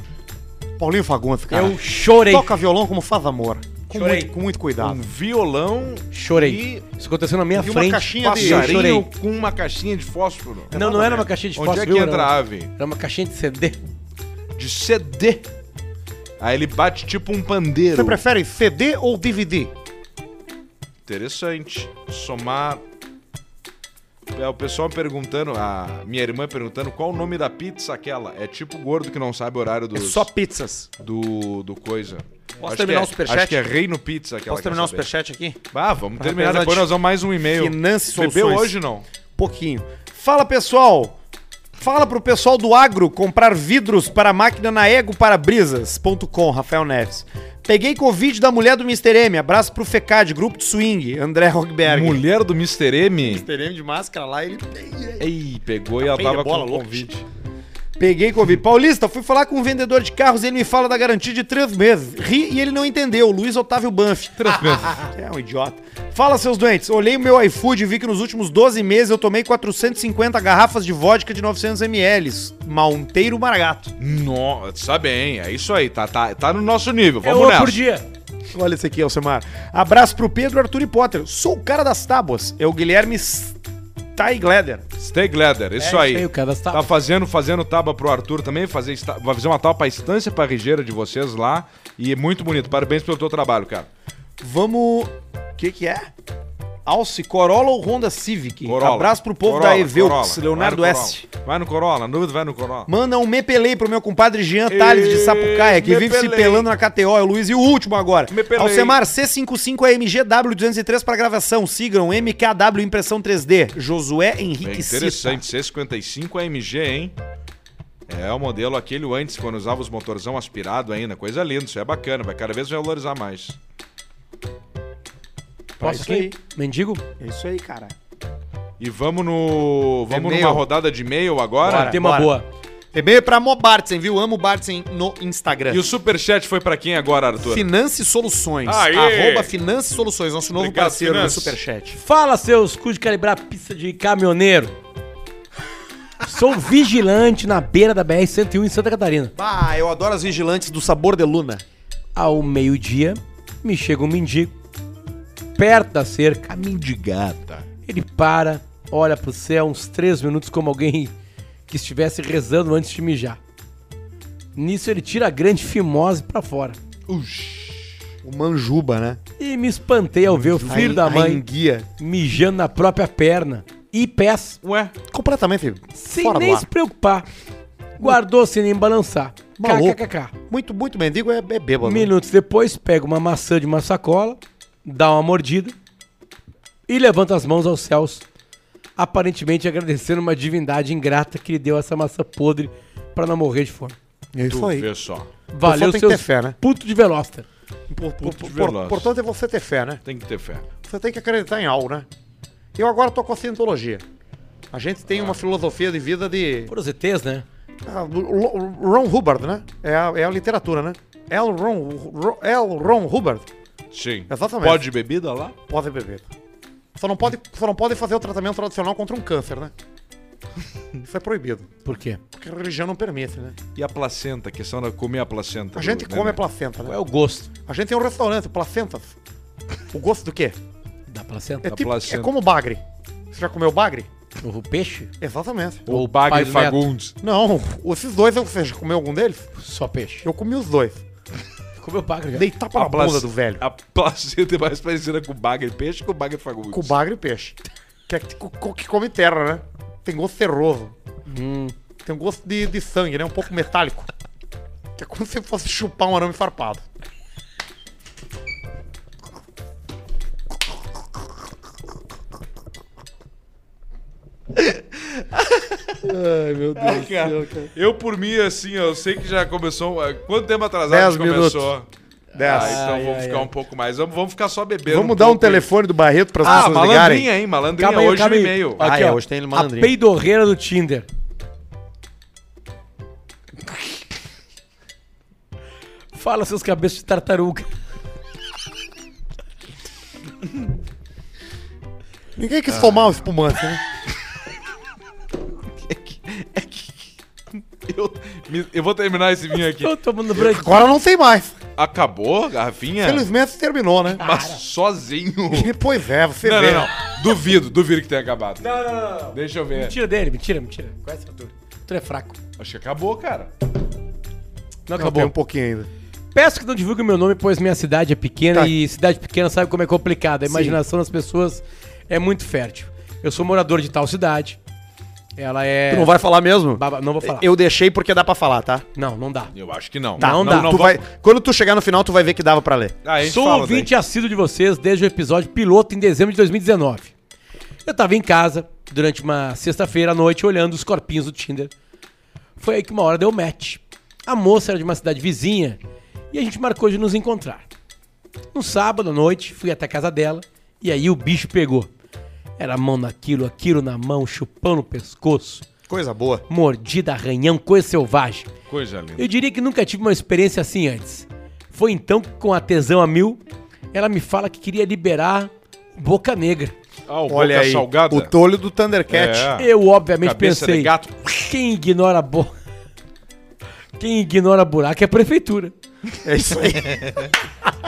Speaker 1: Paulinho Fagundes, cara.
Speaker 3: eu chorei.
Speaker 1: Toca violão como faz amor. Com,
Speaker 3: Chorei.
Speaker 1: muito, com muito cuidado.
Speaker 2: Um violão
Speaker 3: Chorei.
Speaker 2: E-
Speaker 3: Isso aconteceu na minha
Speaker 1: e uma
Speaker 3: frente.
Speaker 1: caixinha de-
Speaker 3: Eu chorei.
Speaker 2: passarinho com uma caixinha de fósforo.
Speaker 3: Não, não era uma caixinha de
Speaker 2: Onde é
Speaker 3: fósforo,
Speaker 2: que
Speaker 3: viu?
Speaker 2: entra
Speaker 3: Era-
Speaker 2: a ave?
Speaker 3: Era uma caixinha de CD.
Speaker 2: De CD. Aí ele bate tipo um pandeiro.
Speaker 1: Você prefere CD ou DVD?
Speaker 2: Interessante. Somar. É, o pessoal perguntando, a minha irmã perguntando qual o nome da pizza aquela. É tipo o gordo que não sabe o horário
Speaker 1: É
Speaker 2: dos,
Speaker 1: pizzas.
Speaker 2: do, do coisa. Posso
Speaker 1: terminar
Speaker 2: que
Speaker 1: o
Speaker 2: é,
Speaker 1: superchat?
Speaker 2: Acho que é Reino Pizza aquela.
Speaker 1: Posso
Speaker 2: que eu
Speaker 1: terminar o
Speaker 2: saber.
Speaker 1: superchat aqui?
Speaker 2: Ah, vamos terminar. Depois nós vamos mais um e-mail.
Speaker 1: Finance
Speaker 2: Bebeu
Speaker 1: Soluções.
Speaker 2: hoje não?
Speaker 1: Pouquinho. Fala, pessoal. Fala pro pessoal do agro comprar vidros para máquina na egoparabrisas.com, Rafael Neves. Peguei Covid da mulher do Mr. M. Abraço pro FECAD, grupo de swing, André Rockberg.
Speaker 2: Mulher do Mr. M.
Speaker 1: Mr. M de máscara lá, ele
Speaker 2: Ei, pegou e ela
Speaker 1: Peida
Speaker 2: tava
Speaker 1: bola,
Speaker 2: com
Speaker 1: louco.
Speaker 2: convite.
Speaker 1: Peguei Covid. Paulista, fui falar com um vendedor de carros e ele me fala da garantia de três meses. Ri e ele não entendeu. Luiz Otávio Banff. (laughs) Três meses. É um idiota. Fala, seus doentes. Olhei o meu iFood e vi que nos últimos 12 meses eu tomei 450 garrafas de vodka de 900ml. Monteiro Maragato.
Speaker 2: Nossa, tá bem. É isso aí. Tá, tá, tá no nosso nível.
Speaker 3: É
Speaker 2: Vamos
Speaker 3: uma
Speaker 2: nessa.
Speaker 3: por dia.
Speaker 1: Olha esse aqui, Alcemar. Abraço pro Pedro, Arthur e Potter. Sou o cara das tábuas. É o Guilherme Steigleder.
Speaker 2: Stay Gladder, isso
Speaker 3: É
Speaker 2: aí.
Speaker 3: o cara das
Speaker 2: Tá
Speaker 3: tábuas.
Speaker 2: fazendo, fazendo taba pro Arthur também, fazer, esta- vai fazer uma taba pra estância pra rigeira de vocês lá. E é muito bonito. Parabéns pelo teu trabalho, cara.
Speaker 1: Vamos... O que que é? Alce, Corolla ou Honda Civic?
Speaker 2: Corolla.
Speaker 1: Abraço pro povo
Speaker 2: Corolla,
Speaker 1: da Eveux,
Speaker 2: Corolla.
Speaker 1: Leonardo
Speaker 2: Vai no
Speaker 1: S.
Speaker 2: Corolla. Vai no Corolla, dúvida, vai no Corolla.
Speaker 1: Manda um mepelei pro meu compadre Jean Tales de Sapucaia, que
Speaker 2: me
Speaker 1: vive se
Speaker 2: pelei.
Speaker 1: pelando na KTO, é o Luiz. E o último agora.
Speaker 2: Me pelei.
Speaker 1: Alcemar C55AMGW203 para gravação. Sigam MKW Impressão 3D. Josué
Speaker 2: Bem
Speaker 1: Henrique
Speaker 2: interessante, C55 AMG, hein? É o modelo aquele antes, quando usava os motorzão aspirado ainda. Coisa linda, isso é bacana, vai cada vez valorizar mais.
Speaker 1: isso
Speaker 3: Próximo
Speaker 1: aí.
Speaker 3: aqui. Mendigo?
Speaker 1: É isso aí, cara.
Speaker 2: E vamos no. Vamos
Speaker 1: E-mail.
Speaker 2: numa rodada de e-mail agora?
Speaker 3: Tem uma
Speaker 1: bora.
Speaker 3: boa.
Speaker 1: E-mail pra Mo Bartzen, viu? Amo Bartzen no Instagram.
Speaker 2: E o superchat foi pra quem agora, Arthur?
Speaker 1: Finance Soluções.
Speaker 2: Aê!
Speaker 1: Arroba Finance Soluções, nosso novo
Speaker 2: Obrigado,
Speaker 1: parceiro
Speaker 2: Finance.
Speaker 1: no Superchat.
Speaker 3: Fala, seus cu de calibrar pista de caminhoneiro. Sou vigilante na beira da BR-101 em Santa Catarina.
Speaker 1: Ah, eu adoro as vigilantes do Sabor de Luna.
Speaker 3: Ao meio-dia, me chega um mendigo perto da cerca.
Speaker 1: Mendigata.
Speaker 3: Ele para, olha pro céu uns três minutos como alguém que estivesse rezando antes de mijar. Nisso ele tira a grande fimose pra fora.
Speaker 1: O Manjuba, né?
Speaker 3: E me espantei ao ver o filho
Speaker 1: A-
Speaker 3: da
Speaker 1: a
Speaker 3: mãe
Speaker 1: enguia.
Speaker 3: mijando na própria perna e pés,
Speaker 2: Ué,
Speaker 1: Completamente
Speaker 3: sem
Speaker 1: fora
Speaker 3: nem
Speaker 1: do ar.
Speaker 3: se preocupar. Guardou sem nem balançar.
Speaker 1: Maluco.
Speaker 3: KKKK.
Speaker 1: Muito, muito mendigo é, é bêbado.
Speaker 3: Minutos depois, pega uma maçã de uma sacola, dá uma mordida e levanta as mãos aos céus, aparentemente agradecendo uma divindade ingrata que lhe deu essa maçã podre pra não morrer de fome.
Speaker 1: É
Speaker 2: tu
Speaker 1: isso aí.
Speaker 2: vê só.
Speaker 3: Valeu,
Speaker 1: Então tem que
Speaker 3: seus
Speaker 1: ter fé, né?
Speaker 3: puto de Veloster.
Speaker 1: Por- por- por-
Speaker 2: veloz.
Speaker 1: portanto, é você ter fé, né?
Speaker 2: Tem que ter fé.
Speaker 1: Você tem que acreditar em algo, né? Eu agora tô com a cientologia. A gente tem uma filosofia de vida de.
Speaker 3: Por ETs, né?
Speaker 1: Ah, Lo- Ron Hubbard, né? É a, é a literatura, né? L. Ron, Ro- L. Ron Hubbard.
Speaker 2: Sim.
Speaker 1: Exatamente.
Speaker 2: Pode bebida lá?
Speaker 1: Pode beber. Só não pode, só não pode fazer o tratamento tradicional contra um câncer, né? Isso é proibido.
Speaker 3: Por quê?
Speaker 1: Porque a religião não permite, né?
Speaker 2: E a placenta? A questão da comer a placenta.
Speaker 1: A gente
Speaker 2: do
Speaker 1: come a
Speaker 2: neném.
Speaker 1: placenta,
Speaker 3: Qual
Speaker 1: né?
Speaker 3: é o gosto
Speaker 1: A gente tem um restaurante, placentas. O gosto do quê?
Speaker 3: da placenta?
Speaker 1: É,
Speaker 2: Da
Speaker 1: tipo, é
Speaker 2: placenta.
Speaker 1: como bagre. Você já comeu bagre?
Speaker 3: O peixe?
Speaker 1: Exatamente.
Speaker 2: O
Speaker 3: pai
Speaker 2: Bagre
Speaker 3: do
Speaker 2: Fagundes.
Speaker 1: Não, esses dois, você já comeu algum deles?
Speaker 3: Só peixe.
Speaker 1: Eu comi os dois.
Speaker 3: Comeu bagre, cara.
Speaker 1: Dei tapa na
Speaker 2: plac-
Speaker 1: bunda do velho.
Speaker 2: A placenta é mais parecida com o Bagre Peixe que o Bagre Fagundes.
Speaker 1: Com bagre e peixe. Que, é que, co- que come terra, né? Tem gosto terroso.
Speaker 2: Hum.
Speaker 1: Tem um gosto de, de sangue, né? Um pouco metálico. Que é como se fosse chupar um arame farpado.
Speaker 2: Eu, por mim, assim, eu sei que já começou. eh, Quanto tempo atrasado
Speaker 1: Dez
Speaker 2: a gente
Speaker 1: minutos.
Speaker 2: começou?
Speaker 1: Dez.
Speaker 2: Ah, então
Speaker 3: Ai,
Speaker 2: vamos
Speaker 3: ai,
Speaker 2: ficar
Speaker 3: ai.
Speaker 2: um pouco mais. Vamos, vamos ficar só bebendo.
Speaker 1: Vamos dar um
Speaker 2: pouco aí.
Speaker 1: telefone do Barreto para as
Speaker 2: Ah,
Speaker 1: pessoas
Speaker 2: malandrinha,
Speaker 1: ligarem?
Speaker 2: hein? Malandrinha
Speaker 3: Calma aí,
Speaker 2: hoje
Speaker 3: calma
Speaker 2: no
Speaker 3: aí.
Speaker 2: e-mail.
Speaker 1: Ah,
Speaker 3: Aqui,
Speaker 1: é,
Speaker 3: ó.
Speaker 1: hoje tem ele
Speaker 3: A
Speaker 1: malandrinho.
Speaker 3: peidorreira do Tinder. Fala seus cabeças de tartaruga.
Speaker 1: Ninguém quis tomar o espumante, né?
Speaker 2: Eu, me- eu vou terminar esse vinho aqui.
Speaker 3: Tô tomando branco.
Speaker 1: Agora não tem mais.
Speaker 2: Acabou, garrafinha?
Speaker 1: Felizmente terminou, né?
Speaker 2: Mas sozinho.
Speaker 1: Pois é, você
Speaker 2: Tá. Não,
Speaker 1: vê.
Speaker 2: não, não. Duvido, duvido que tenha acabado. Não, não, não. Deixa eu ver.
Speaker 3: Mentira dele, mentira, mentira. Conhece o Arthur. Arthur é fraco.
Speaker 2: Acho que acabou, cara.
Speaker 3: Não
Speaker 1: Não, Tem
Speaker 3: acabou.
Speaker 1: um pouquinho ainda.
Speaker 3: Peço que não divulgue meu nome, pois minha cidade é pequena
Speaker 1: Tá.
Speaker 3: e cidade pequena sabe como é complicado. A imaginação das pessoas é muito fértil. Eu sou morador de tal cidade. Ela é.
Speaker 1: vai falar mesmo?
Speaker 3: Baba- Não vou falar.
Speaker 1: Eu deixei porque dá pra falar, tá?
Speaker 3: Não, não dá.
Speaker 2: Eu acho que não.
Speaker 1: Tá,
Speaker 3: Não dá.
Speaker 1: Tu vai... Quando tu chegar no final, tu vai ver que dava pra ler.
Speaker 2: Ah, a gente
Speaker 3: Sou
Speaker 2: fala
Speaker 3: ouvinte assíduo de vocês desde o episódio piloto em dezembro de 2019. Eu tava em casa durante uma sexta-feira à noite olhando os corpinhos do Tinder. Foi aí que uma hora deu match. A moça era de uma cidade vizinha e a gente marcou de nos encontrar. No sábado à noite, fui até a casa dela e aí o bicho pegou. Era mão naquilo, aquilo na mão, chupão no pescoço,
Speaker 1: Coisa boa.
Speaker 3: mordida, arranhão, coisa selvagem.
Speaker 2: daí. Coisa linda.
Speaker 3: Eu diria que nunca tive uma experiência assim antes. Foi então que, com a tesão a mil, ela me fala que queria liberar Boca Negra.
Speaker 2: Ah, o
Speaker 1: Olha
Speaker 2: boca
Speaker 1: aí,
Speaker 2: salgada.
Speaker 1: o tolho do Thundercat.
Speaker 2: É.
Speaker 3: Eu, obviamente,
Speaker 2: Cabeça de
Speaker 3: pensei:
Speaker 2: gato.
Speaker 3: quem ignora a boca. (laughs) Quem ignora buraco é a prefeitura.
Speaker 1: É isso aí.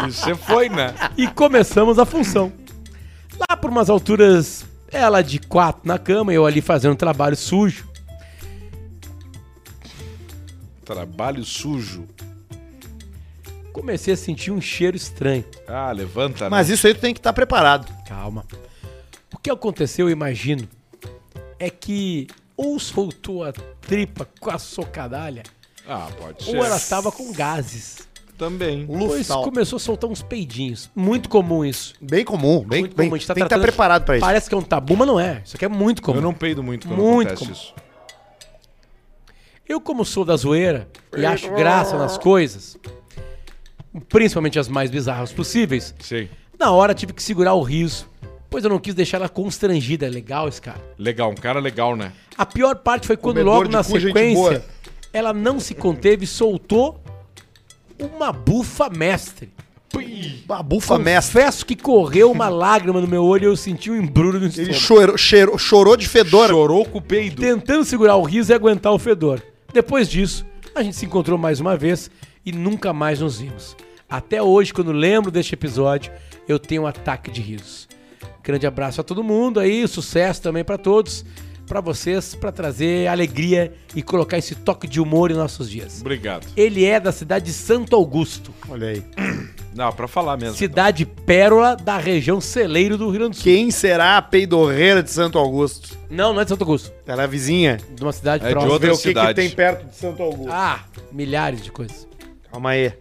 Speaker 2: Isso você foi, né?
Speaker 3: E começamos a função. Lá por umas alturas, ela de quatro na cama, eu ali fazendo um trabalho sujo.
Speaker 2: Trabalho sujo.
Speaker 3: Comecei a sentir um cheiro estranho.
Speaker 2: Ah, levanta,
Speaker 1: Mas isso aí tu tem que estar preparado.
Speaker 3: Calma. O que aconteceu, eu imagino, é que ou soltou a tripa com a socadalha,
Speaker 2: né? Ah, pode ser.
Speaker 3: ou ela tá estava com gases.
Speaker 2: Também.
Speaker 3: Pois
Speaker 1: Luftal.
Speaker 3: começou a soltar uns peidinhos. Muito comum isso.
Speaker 1: Bem comum, bem,
Speaker 3: muito
Speaker 1: bem.
Speaker 3: comum. A gente tá
Speaker 1: tem que estar
Speaker 3: tratando-
Speaker 1: preparado pra isso.
Speaker 3: Parece que é um tabu, mas não é. Isso aqui é muito comum.
Speaker 2: Eu não peido muito quando
Speaker 3: Muito
Speaker 2: acontece
Speaker 3: comum.
Speaker 2: isso.
Speaker 3: Eu, como sou da zoeira e acho graça nas coisas, principalmente as mais bizarras possíveis,
Speaker 2: Sei.
Speaker 3: Na hora tive que segurar o riso, pois eu não quis deixar ela constrangida. É Legal esse cara.
Speaker 2: Legal, um cara legal, né?
Speaker 3: A pior parte foi quando
Speaker 1: Comedor
Speaker 3: logo
Speaker 1: de
Speaker 3: na
Speaker 1: cu, gente boa.
Speaker 3: sequência ela não se conteve e soltou uma bufa mestre.
Speaker 1: Babufa mestre.
Speaker 3: Confesso que correu
Speaker 1: (laughs)
Speaker 3: uma lágrima no meu olho e eu senti um embrulho no estômago.
Speaker 1: Ele chorou, cheirou- chorou de fedor.
Speaker 2: Chorou com o peido.
Speaker 3: Tentando segurar o riso e aguentar o fedor. Depois disso, a gente se encontrou mais uma vez e nunca mais nos vimos. Até hoje, quando lembro deste episódio, eu tenho um ataque de risos. Grande abraço a todo mundo aí, sucesso também pra todos, pra vocês, pra trazer alegria e colocar esse toque de humor em nossos dias.
Speaker 2: Obrigado.
Speaker 3: Ele é da cidade de Santo Augusto,
Speaker 1: Olha aí.
Speaker 2: Não, pra falar mesmo.
Speaker 3: cidade pérola da região celeiro do Rio Grande do Sul.
Speaker 1: Quem será a peidorreira de Santo Augusto?
Speaker 3: Não, não é de Santo Augusto,
Speaker 1: Ela é vizinha.
Speaker 3: de uma cidade
Speaker 2: É de
Speaker 3: próxima.
Speaker 2: outra
Speaker 1: Vê o que, que
Speaker 2: cidade.
Speaker 1: tem perto de Santo Augusto.
Speaker 3: Ah, milhares de coisas.
Speaker 1: Calma aí.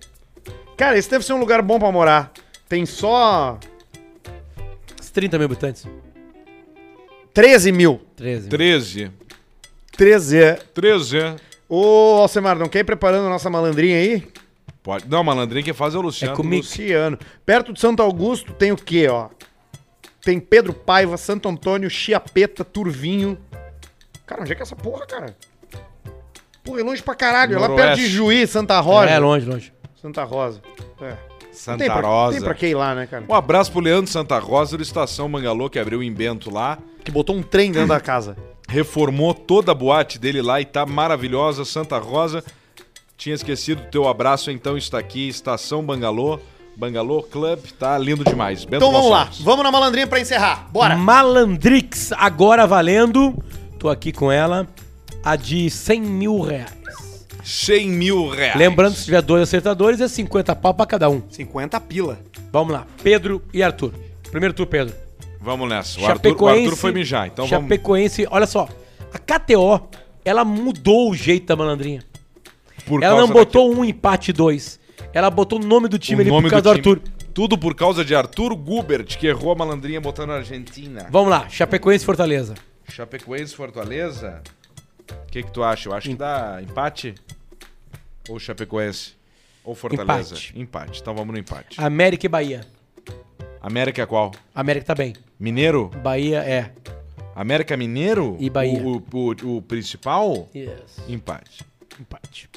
Speaker 1: Cara, esse deve ser um lugar bom pra morar. Tem só
Speaker 3: Uns 30 mil habitantes.
Speaker 1: 13 mil.
Speaker 3: 13 mil.
Speaker 2: 13.
Speaker 1: 13.
Speaker 2: 13.
Speaker 1: Ô, Alcemar, não quer ir preparando a nossa malandrinha aí?
Speaker 2: Pode. Não, malandrinho que faz é o Luciano.
Speaker 3: É comigo.
Speaker 1: Luciano. Perto de Santo Augusto tem o quê, ó? Tem Pedro Paiva, Santo Antônio, Chiapeta, Turvinho. Cara, onde é que é essa porra, cara? Porra, é longe pra caralho. É lá
Speaker 2: Noroeste.
Speaker 1: perto de Juiz, Santa Rosa.
Speaker 3: É, longe, longe.
Speaker 1: Santa Rosa. É. Não
Speaker 2: Santa
Speaker 1: tem pra,
Speaker 2: Rosa.
Speaker 1: Tem pra que ir lá, né, cara?
Speaker 2: Um abraço pro Leandro Santa Rosa do Estação Mangalô, que abriu em Bento lá.
Speaker 1: Que botou um trem dentro da casa.
Speaker 2: Reformou toda a boate dele lá e tá maravilhosa. Santa Rosa, tinha esquecido o teu abraço, então está aqui. Estação Bangalô, Bangalô Club, tá lindo demais. Bento
Speaker 1: Então vamos lá.
Speaker 2: Gonçalves.
Speaker 1: Vamos na malandrinha pra encerrar. Bora.
Speaker 3: Malandrix, agora valendo. Tô aqui com ela. A de 100 mil reais.
Speaker 2: 100 mil reais.
Speaker 3: Lembrando, se tiver dois acertadores, é 50 pau pra cada um.
Speaker 1: 50 pila.
Speaker 3: Vamos lá. Pedro e Arthur. Primeiro tu, Pedro.
Speaker 2: Vamos nessa. O Arthur, o Arthur foi mijar, então vamos.
Speaker 3: Chapecoense, olha só. A KTO, ela mudou o jeito da malandrinha.
Speaker 2: Por
Speaker 3: ela
Speaker 2: causa
Speaker 3: não botou um empate dois. Ela botou o nome do time ali por causa do, Arthur.
Speaker 2: Tudo por causa de Arthur Gubert, que errou a malandrinha botando a Argentina.
Speaker 3: Vamos lá. Chapecoense e Fortaleza.
Speaker 2: Chapecoense Fortaleza. O que, que tu acha? Eu acho que dá empate? Ou Chapecoense? Ou Fortaleza?
Speaker 3: Empate. Ah.
Speaker 2: Então vamos no empate.
Speaker 3: América e Bahia.
Speaker 2: América qual?
Speaker 3: América tá bem.
Speaker 2: Mineiro?
Speaker 3: Bahia é.
Speaker 2: América Mineiro?
Speaker 3: E Bahia.
Speaker 2: O, o- o- o principal?
Speaker 3: Yes.
Speaker 2: Empate.
Speaker 3: Empate.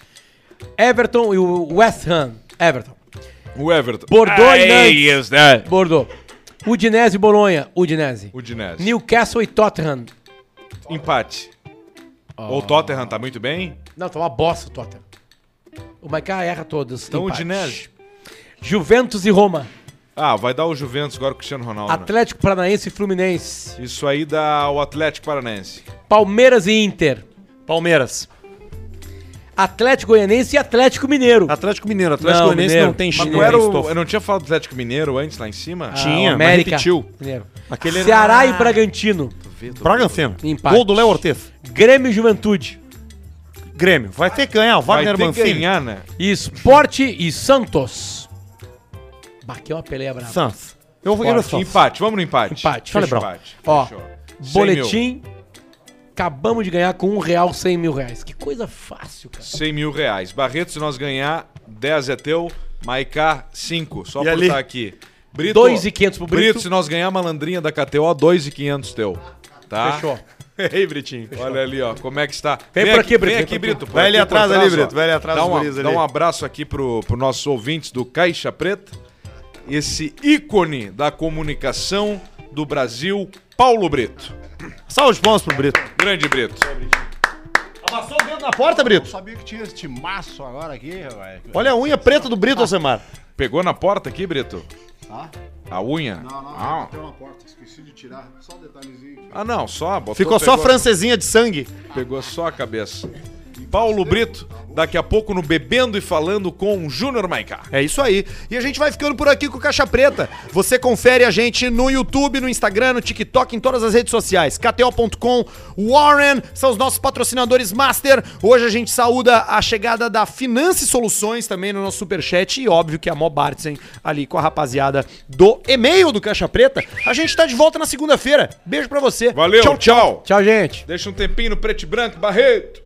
Speaker 3: Everton e o West Ham. Everton.
Speaker 2: O Everton.
Speaker 3: Bordeaux
Speaker 2: Ah,
Speaker 3: e
Speaker 2: é
Speaker 3: Nantes.
Speaker 2: isso, né?
Speaker 3: Bordeaux. Udinese e Bolonha. Udinese.
Speaker 2: Udinese.
Speaker 3: Newcastle e Tottenham.
Speaker 2: Empate. Ou o Tottenham tá muito bem?
Speaker 3: Não, tá uma bosta o Tottenham. O Maiká erra todos.
Speaker 2: Então
Speaker 3: Empate.
Speaker 2: Udinese.
Speaker 3: Juventus e Roma.
Speaker 2: Ah, vai dar o Juventus agora com o Cristiano Ronaldo. né?
Speaker 3: Atlético Paranaense e Fluminense.
Speaker 2: Isso aí dá o Atlético Paranense.
Speaker 3: Palmeiras e Inter.
Speaker 1: Palmeiras.
Speaker 3: Atlético Goianense e Atlético Mineiro.
Speaker 1: Atlético Mineiro. é Atlético
Speaker 3: Não,
Speaker 1: Goianiense
Speaker 3: Mineiro.
Speaker 1: não tem
Speaker 3: Mas
Speaker 1: chance.
Speaker 2: Mas
Speaker 3: Mineiro,
Speaker 2: não
Speaker 1: tem
Speaker 2: era o,
Speaker 1: estofo.
Speaker 2: eu não tinha falado do Atlético Mineiro antes lá em cima?
Speaker 3: É, Ah,
Speaker 1: tinha,
Speaker 3: o
Speaker 1: mas
Speaker 3: América.
Speaker 1: repetiu.
Speaker 3: Mineiro.
Speaker 1: Aquele era-
Speaker 3: Ceará e Bragantino.
Speaker 1: Bragantino.
Speaker 3: Empate.
Speaker 1: Gol do Léo Ortiz.
Speaker 3: Grêmio e Juventude.
Speaker 1: Grêmio. Vai ter que ganhar. O
Speaker 2: Vai
Speaker 1: Wagner
Speaker 2: ter que
Speaker 1: Mancini.
Speaker 2: ganhar, né?
Speaker 3: E Esporte e Santos. Bah, que é uma peleia brava.
Speaker 1: Santos. Eu vou querer o Santos.
Speaker 2: Empate, vamos no empate.
Speaker 3: Empate,
Speaker 2: Fechou.
Speaker 1: Fala,
Speaker 2: empate.
Speaker 3: Ó,
Speaker 2: Fechou. Cem mil.
Speaker 3: boletim. Acabamos de ganhar com um real cem mil reais. Que coisa fácil, cara.
Speaker 2: 100 mil reais. Barreto, se nós ganhar, 10 é teu. Maiká, 5. Só por
Speaker 1: ali?
Speaker 2: estar aqui. Brito,
Speaker 3: Dois e quinhentos pro
Speaker 2: Brito.
Speaker 3: Brito.
Speaker 2: se nós ganhar a malandrinha da KTO, 2 e 500 teu. Tá?
Speaker 3: Fechou.
Speaker 1: Ei, Britinho.
Speaker 2: Olha ali, ó, como é que está.
Speaker 3: Vem por aqui, Brito,
Speaker 2: Vem
Speaker 3: vem
Speaker 2: aqui,
Speaker 3: por aqui.
Speaker 2: Brito. por
Speaker 1: Vai ali
Speaker 2: aqui, por
Speaker 1: atrás, ali,
Speaker 2: ó.
Speaker 1: Brito, vai ali atrás
Speaker 2: Dá,
Speaker 1: dos
Speaker 2: uma-
Speaker 1: guris
Speaker 2: dá
Speaker 1: ali.
Speaker 2: um abraço aqui pro, pro nossos ouvintes do Caixa Preta. Esse ícone da comunicação do Brasil, Paulo Brito.
Speaker 1: Salve de palmas pro Brito.
Speaker 2: Grande Brito.
Speaker 1: Amassou o dedo na porta, Brito.
Speaker 6: Sabia que tinha este maço agora aqui, rapaz.
Speaker 1: Olha a unha preta do Brito, Alcemar.
Speaker 2: Pegou na porta aqui, Brito?
Speaker 6: Tá?
Speaker 2: A unha?
Speaker 6: Não, não,
Speaker 2: Ah,
Speaker 6: tem uma porta, esqueci de tirar. Só um detalhezinho.
Speaker 2: Ah, não, só. botou-
Speaker 1: Ficou só
Speaker 2: pegou-
Speaker 1: francesinha de sangue.
Speaker 2: Pegou só a cabeça. Paulo Brito, daqui a pouco no Bebendo e Falando com o Júnior Maiká.
Speaker 1: É isso aí. E a gente vai ficando por aqui com o Caixa Preta. Você confere a gente no YouTube, no Instagram, no TikTok, em todas as redes sociais. KTO.com, Warren, são os nossos patrocinadores master. Hoje a gente saúda a chegada da Finance Soluções também no nosso superchat. E óbvio que é a Mo Bartzen ali com a rapaziada do e-mail do Caixa Preta. A gente tá de volta na segunda-feira. Beijo pra você.
Speaker 2: Valeu,
Speaker 1: Tchau, tchau.
Speaker 3: Tchau, gente.
Speaker 2: Deixa um tempinho no preto e branco, Barreto.